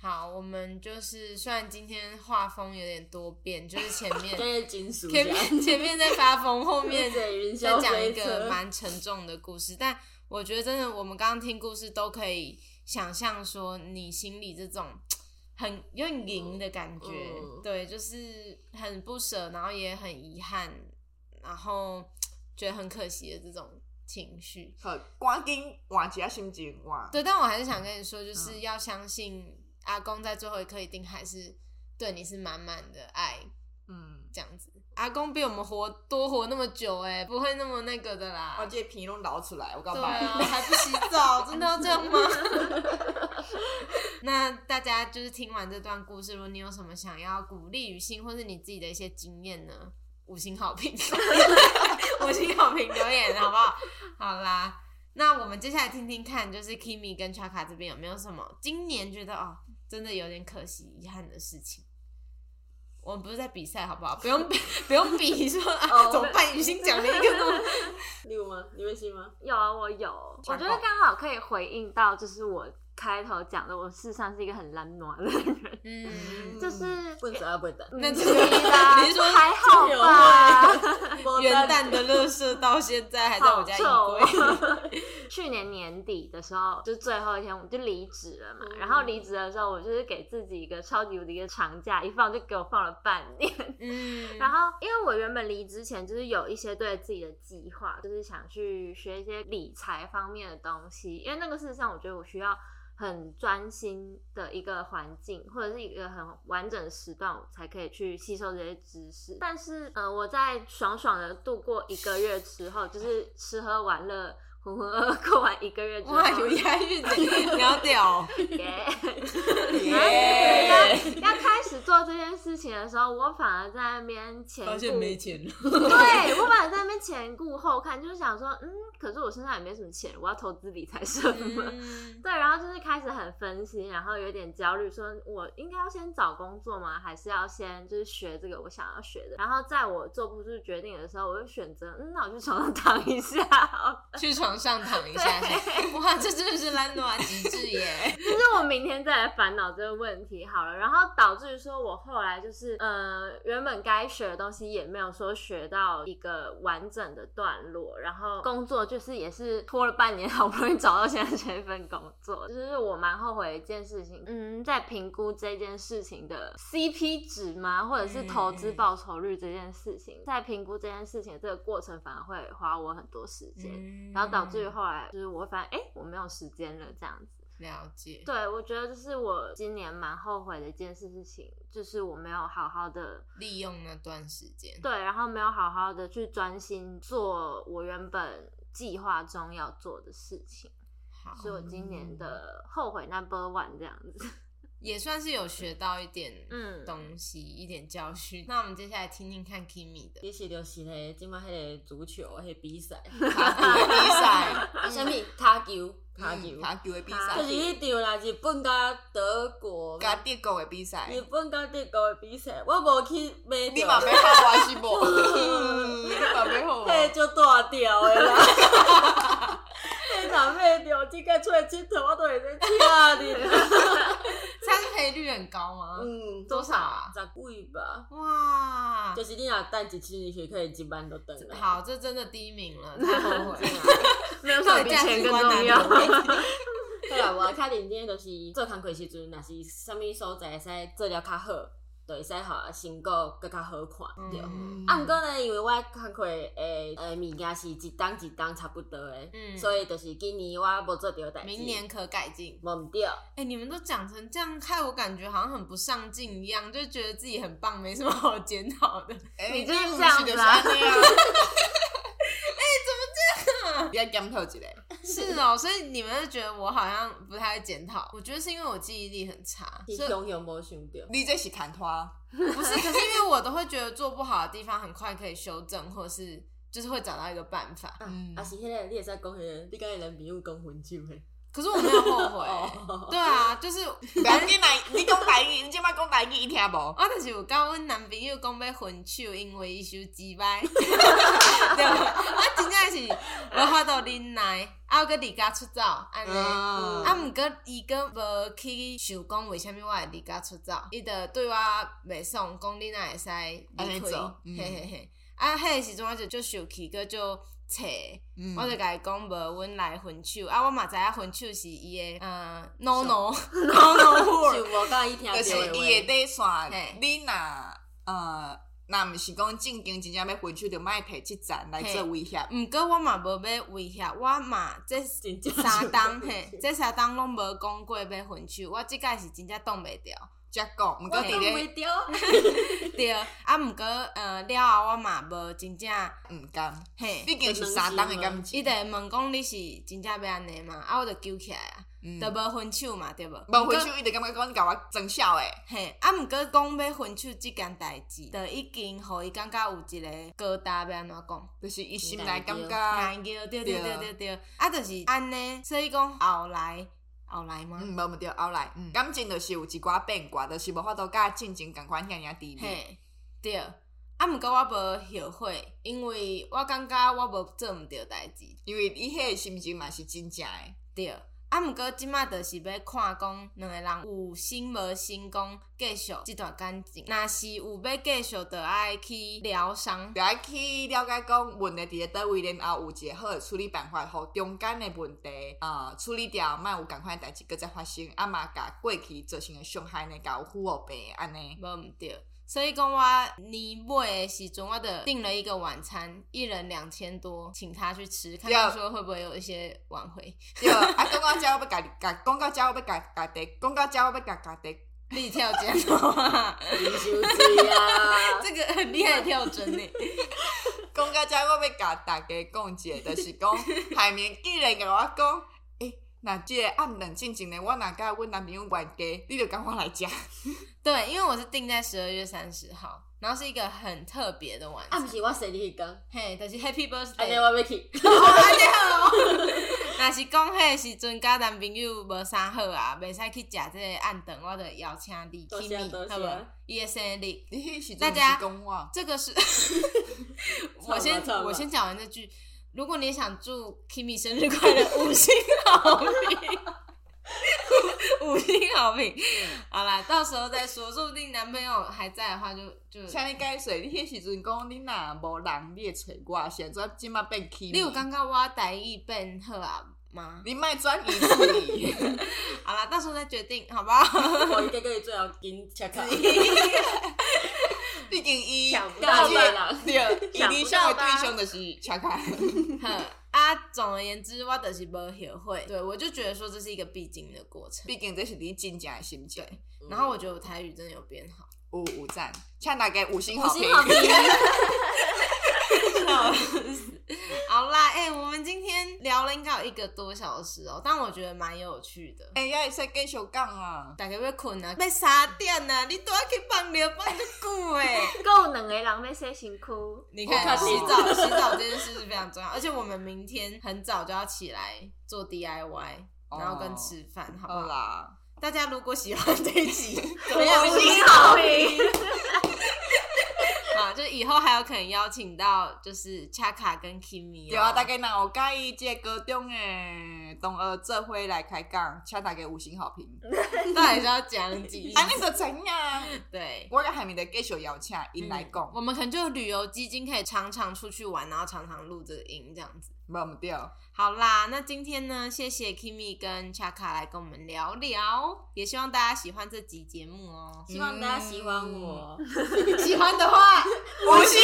[SPEAKER 1] 好，我们就是虽然今天画风有点多变，就是前 面
[SPEAKER 3] 今日真暑
[SPEAKER 1] 前
[SPEAKER 3] 假，
[SPEAKER 1] 面前面在发疯，后面
[SPEAKER 3] 对云
[SPEAKER 1] 再
[SPEAKER 3] 霄
[SPEAKER 1] 讲一
[SPEAKER 3] 飞
[SPEAKER 1] 个
[SPEAKER 3] 车，
[SPEAKER 1] 蛮沉重的故事，但我觉得真的，我们刚刚听故事都可以想象说，你心里这种很有点零的感觉，
[SPEAKER 3] 嗯
[SPEAKER 1] 对，就是很不舍，然后也很遗憾，然后觉得很可惜的这种情绪。
[SPEAKER 2] 好，赶紧换一下心情换。
[SPEAKER 1] 对，但我还是想跟你说，就是
[SPEAKER 2] 嗯
[SPEAKER 1] 要相信阿公在最后一刻一定还是对你是满满的爱，
[SPEAKER 2] 嗯，
[SPEAKER 1] 这样子。阿公比我们活多活那么久、哎，不会那么那个的啦。
[SPEAKER 2] 我这个片拢流出来，我告诉
[SPEAKER 1] 对
[SPEAKER 2] 你。
[SPEAKER 1] 啊，还不洗 澡，真的要这样吗？ 那大家就是听完这段故事，如果你有什么想要鼓励于心，或是你自己的一些经验呢，五星好评，五星好评留言好不好？好啦，那我们接下来听听看，就是 Kimi 跟 Chaka 这边有没有什么今年觉得哦，真的有点可惜、遗憾的事情。我们不是在比赛，好不好？不用 不用比说啊，
[SPEAKER 3] 哦
[SPEAKER 1] 怎么办？雨欣 讲了一个那么
[SPEAKER 3] 你有吗？你会信吗？
[SPEAKER 4] 有啊，我有，
[SPEAKER 2] 讲
[SPEAKER 4] 我觉得
[SPEAKER 2] 吧
[SPEAKER 4] 刚好可以回应到，就是我开头讲的，我事实上是一个很懒暖的人，
[SPEAKER 1] 嗯，
[SPEAKER 4] 就是
[SPEAKER 3] 笨手啊笨蛋，
[SPEAKER 1] 那
[SPEAKER 4] 就
[SPEAKER 1] 这
[SPEAKER 4] 是
[SPEAKER 1] 个
[SPEAKER 4] 啦，
[SPEAKER 1] 你是说
[SPEAKER 4] 还好吧？
[SPEAKER 1] 元旦的乐色到现在还在我家衣
[SPEAKER 4] 好啊哦
[SPEAKER 1] 柜。
[SPEAKER 4] 去年年底的时候，就最后一天我就离职了嘛。
[SPEAKER 3] 嗯
[SPEAKER 4] 然后离职的时候，我就是给自己一个超级无敌的长假，一放就给我放了半年。
[SPEAKER 1] 嗯
[SPEAKER 4] 然后，因为我原本离职前就是有一些对自己的计划，就是想去学一些理财方面的东西，因为那个事实上我觉得我需要很专心的一个环境，或者是一个很完整的时段，我才可以去吸收这些知识。但是，呃，我在爽爽的度过一个月之后，就是吃喝玩乐。浑浑噩噩过完一个月之后，哎
[SPEAKER 1] 哇，有押韵的， 你好屌哦！
[SPEAKER 4] 耶
[SPEAKER 2] 耶
[SPEAKER 1] 啊
[SPEAKER 4] 要开始做这件事情的时候，我反而在那边前
[SPEAKER 2] 发现
[SPEAKER 4] 顾
[SPEAKER 2] 没钱了，
[SPEAKER 4] 对我反而在那边前顾后看，就是想说，嗯，可是我身上也没什么钱，我要投资理财什么。
[SPEAKER 1] 嗯，
[SPEAKER 4] 对，然后就是开始很分析，然后有点焦虑，说嗯我应该要先找工作吗？还是要先就是学这个我想要学的？然后在我做不出决定的时候，我就选择，嗯，那我去床上躺一下 好了。
[SPEAKER 1] 去床上躺一下，哇，这真的是兰诺瓦极致 耶！
[SPEAKER 4] 就是我明天再来烦恼这个问题好了，然后导致于说我后来就是，呃，原本该学的东西也没有说学到一个完整的段落，然后工作就是也是拖了半年，好不容易找到现在这份工作，就是我蛮后悔的一件事情。嗯，在评估这件事情的 CP 值吗，或者是投资报酬率这件事情，在评估这件事情的这个过程，反而会花我很多时间，
[SPEAKER 1] 嗯
[SPEAKER 4] 然后导致于后来就是我会发现，哎、我没有时间了这样子。
[SPEAKER 1] 了解，
[SPEAKER 4] 对，我觉得这是我今年蛮后悔的一件事情，就是我没有好好的
[SPEAKER 1] 利用那段时间，
[SPEAKER 4] 对，然后没有好好的去专心做我原本计划中要做的事情，
[SPEAKER 1] 好，
[SPEAKER 4] 是我今年的后悔 number one 这样子。
[SPEAKER 1] 也算是有学到一点
[SPEAKER 4] 嗯
[SPEAKER 1] 东西，一点教训。那我们接下来听听看 Kimi 的
[SPEAKER 3] 其实就是迄即摆迄个足球迄比赛，
[SPEAKER 2] 嗯
[SPEAKER 1] 卡比比赛，
[SPEAKER 3] 啊，啥物骹球，骹球，
[SPEAKER 2] 嗯球的比
[SPEAKER 3] 就
[SPEAKER 2] 赛
[SPEAKER 3] 是，迄场啦，日本甲德国，
[SPEAKER 2] 甲德国的比赛，
[SPEAKER 3] 日本甲德国的比赛，我无去买
[SPEAKER 2] 你嘛
[SPEAKER 3] 着，
[SPEAKER 2] 要好我是无？嗯你嘛要好我？
[SPEAKER 3] 迄就大条的啦。 迄若买着，即个出来佚佗，我都会在请 你啦。
[SPEAKER 1] 参赔率很高吗？
[SPEAKER 3] 嗯，
[SPEAKER 1] 多少啊？
[SPEAKER 3] 十几吧，
[SPEAKER 4] 啊
[SPEAKER 1] 哇，
[SPEAKER 3] 就是你若等一千年学可以一万都 等来。
[SPEAKER 1] 好，这真的第一名 了，太后悔了。
[SPEAKER 4] 没有什么比钱更重要。
[SPEAKER 3] 好啦，我较认真就是做工课时阵，若是啥物所在会使做了较好，就会使互成果更较好看。对。
[SPEAKER 1] 嗯
[SPEAKER 3] 啊，毋过呢，因为我工课诶诶呃物件是一档一档差不多诶，
[SPEAKER 1] 嗯
[SPEAKER 3] 所以就是今年我无做着代志，
[SPEAKER 1] 明年可改进。
[SPEAKER 3] 无毋对，
[SPEAKER 1] 哎、你们都讲成这样，害我感觉好像很不上进一样，就觉得自己很棒，没什么好检讨的。
[SPEAKER 2] 哎
[SPEAKER 4] 你就是
[SPEAKER 2] 不
[SPEAKER 4] 这样
[SPEAKER 2] 就
[SPEAKER 4] 子
[SPEAKER 2] 是
[SPEAKER 4] 啊
[SPEAKER 2] 安尼啊！哎，怎么这样？你要检讨一下。
[SPEAKER 1] 是哦，所以你们就觉得我好像不太会检讨。我觉得是因为我记忆力很差，
[SPEAKER 3] 是
[SPEAKER 1] 所以
[SPEAKER 3] 永远无想着。
[SPEAKER 2] 你这是砍拖，
[SPEAKER 1] 不是，可是因为我都会觉得做不好的地方很快可以修正，或是就是会找到一个办法。
[SPEAKER 3] 啊
[SPEAKER 2] 嗯，
[SPEAKER 3] 啊是迄个，你会使讲迄个，你甲迄男朋友讲分手 诶。
[SPEAKER 1] 可是我没有后悔、
[SPEAKER 3] 哦
[SPEAKER 1] 对啊，就是
[SPEAKER 2] 不要紧来，你讲台语，你即摆讲台语，伊听无？
[SPEAKER 1] 我就是有甲阮男朋友讲要分手，因为伊收鸡巴， 对，我真正是无法度忍耐，啊，我搁离家出走，安尼。
[SPEAKER 2] 嗯
[SPEAKER 1] 啊，毋过伊阁无去想讲为虾物我会离家出走，伊就对我袂爽，讲你若会使
[SPEAKER 2] 安
[SPEAKER 1] 离开，
[SPEAKER 2] 尼做嗯
[SPEAKER 1] 嘿嘿嘿。啊，迄个时阵我就就生气，阁就找，
[SPEAKER 2] 嗯
[SPEAKER 1] 我就甲伊讲无，阮来分手。啊，我嘛知影分手是伊的，呃，no no
[SPEAKER 3] 好恼火，想无甲伊听到
[SPEAKER 2] 就是
[SPEAKER 3] 的
[SPEAKER 2] 伊的
[SPEAKER 3] 话。
[SPEAKER 2] 底线
[SPEAKER 1] 嘿，
[SPEAKER 2] 你若呃，若毋是讲正经真正要分手，就莫摕即层来做威胁。
[SPEAKER 1] 毋过我嘛无要威胁，我嘛这
[SPEAKER 3] 真正
[SPEAKER 1] 三冬 嘿，这三冬拢无讲过要分手，我即届是真正挡袂牢。
[SPEAKER 2] 则讲，毋过
[SPEAKER 3] 我讲
[SPEAKER 2] 伫咧
[SPEAKER 3] 袂着，
[SPEAKER 1] 对，啊，毋过呃了后我嘛无真正
[SPEAKER 2] 毋甘，
[SPEAKER 1] 嘿，
[SPEAKER 2] 嗯毕竟是相当的感
[SPEAKER 1] 伊
[SPEAKER 2] 情
[SPEAKER 1] 就，会问讲你是真正要安尼嘛，啊，我就揪起来啊，
[SPEAKER 2] 嗯
[SPEAKER 1] 就无分手嘛，对无？
[SPEAKER 2] 无分手，伊就感觉讲你甲我装痟诶。
[SPEAKER 1] 嘿，啊，毋过讲要分手即件代志，就已经互伊感觉有一个疙瘩，要安怎讲？
[SPEAKER 2] 就是伊心内感觉，
[SPEAKER 1] 难过，对对
[SPEAKER 2] 啊对
[SPEAKER 1] 对对对，啊，就是安尼，所以讲后来，后来吗？
[SPEAKER 2] 嗯，无毋对，后来，嗯，感情就是有一寡变卦，就是无法度甲进前共款遐尔低劣。
[SPEAKER 1] 嘿，对。啊，毋过我无后悔，因为我感觉我无做毋对代志，
[SPEAKER 2] 因为伊迄个心情嘛是真正诶，
[SPEAKER 1] 对。啊，毋过即马就是要看讲两个人有心无心，讲继续即段感情。若是有要继续，就爱去疗伤
[SPEAKER 2] 就。爱去了解讲问题伫咧倒位，然后有一个好诶处理办法，互中间诶问题呃处理掉，莫有共款代志搁再发生，啊嘛甲过去造成诶伤害呢，甲有负后病安尼。
[SPEAKER 1] 无毋对。所以讲我年尾的时阵，我就订了一个晚餐，一人两千多，请他去吃，看看
[SPEAKER 2] Yeah
[SPEAKER 1] 说会不会有一些挽回。
[SPEAKER 2] 对，啊，讲到遮我要甲甲讲到遮我要甲家己，讲到遮我要甲家己。
[SPEAKER 1] 立跳剪头啊，
[SPEAKER 3] 你想死啊！
[SPEAKER 1] 这个很厉害的跳针呢。
[SPEAKER 2] 讲到遮，我要甲大家讲一个，就是讲海绵既然甲我讲， 诶、若即个暗冷静静的，我若甲阮男朋友冤家，你就赶快来食。
[SPEAKER 1] 对，因为我是定在十二月三十号，然后是一个很特别的晚
[SPEAKER 3] 啊，
[SPEAKER 1] 上
[SPEAKER 3] 毋，是我生日迄天，
[SPEAKER 1] 嘿，就是 Happy
[SPEAKER 3] 安尼
[SPEAKER 1] Birthday，
[SPEAKER 3] 我要去。
[SPEAKER 1] 若是讲迄时阵甲男朋友无啥好啊，袂使去食即个暗顿，我就邀请你
[SPEAKER 3] 多
[SPEAKER 1] 去
[SPEAKER 3] 谢
[SPEAKER 1] 面
[SPEAKER 3] 多谢
[SPEAKER 1] 好？E 无？伊的生日，
[SPEAKER 2] 你迄时
[SPEAKER 1] 大
[SPEAKER 2] 阵
[SPEAKER 1] 家
[SPEAKER 2] 是讲我，
[SPEAKER 1] 这 个是，
[SPEAKER 3] 吧
[SPEAKER 1] 我先
[SPEAKER 3] 唱吧
[SPEAKER 1] 我先讲完这句。如果你也想祝 Kimi 生日快乐，五星好 评，五星好评。
[SPEAKER 3] 嗯
[SPEAKER 1] 好啦，到时候再说，说不定男朋友还在的话就，就
[SPEAKER 2] 请你解释，你迄时阵讲你若无人，你会找我，现在即马变起。
[SPEAKER 1] 你有感觉我台语变好啊吗？
[SPEAKER 2] 你卖转移注 意，
[SPEAKER 1] 好啦，到时候再决定，好不好？
[SPEAKER 3] 我应该跟你最后紧切卡，
[SPEAKER 2] 毕竟伊
[SPEAKER 3] 想不到
[SPEAKER 2] 伊
[SPEAKER 3] 吧
[SPEAKER 2] 对，伊
[SPEAKER 3] 想不
[SPEAKER 2] 理想
[SPEAKER 3] 到
[SPEAKER 2] 的
[SPEAKER 3] 吧
[SPEAKER 2] 对象就是恰卡。
[SPEAKER 1] 哼啊，总而言之，我就是无后悔。对我就觉得说这是一个必经的过程。
[SPEAKER 2] 毕竟这是你真正的心情。
[SPEAKER 1] 然后我觉得我台语真的有变好。
[SPEAKER 2] 五五赞，请大家五星
[SPEAKER 3] 五
[SPEAKER 2] 好评
[SPEAKER 3] 星。好评，
[SPEAKER 1] 好啦，哎、我们今天聊了应该有一个多小时哦，但我觉得蛮有趣的。
[SPEAKER 2] 哎，也会使继续讲啊。
[SPEAKER 1] 大家要困啊，要三点啊，你都要去放尿放得久哎。
[SPEAKER 4] 够两个人要洗身躯，
[SPEAKER 1] 你
[SPEAKER 3] 我
[SPEAKER 1] 看，
[SPEAKER 3] 靠
[SPEAKER 1] 洗澡洗澡这件事是非常重要，而且我们明天很早就要起来做 DIY，然后跟吃饭，好不
[SPEAKER 2] 好
[SPEAKER 1] 好？
[SPEAKER 2] 啦，
[SPEAKER 1] 大家如果喜欢这一集，怎么样
[SPEAKER 4] 五星好评。
[SPEAKER 1] 啊，就以后还有可能邀请到就是 Chaka 跟 Kimi 哦、
[SPEAKER 2] 对啊，大家若有介意这个高中呃的同学做伙来开讲，请大家五星好评。
[SPEAKER 1] 到底是要讲几集？
[SPEAKER 2] 安尼就怎样？
[SPEAKER 1] 对，嗯
[SPEAKER 2] 我跟海明的继续邀请因来讲，
[SPEAKER 1] 我们可能就有旅游基金可以常常出去玩，然后常常录这个音这样子。
[SPEAKER 2] 无毋对。
[SPEAKER 1] 好啦，那今天呢，谢谢 Kimi 跟 Chaka 来跟我们聊聊，也希望大家喜
[SPEAKER 3] 嗯
[SPEAKER 1] 欢这集节目哦。
[SPEAKER 3] 希望大家喜欢我。
[SPEAKER 1] 喜欢的话，
[SPEAKER 2] 五星
[SPEAKER 1] 哎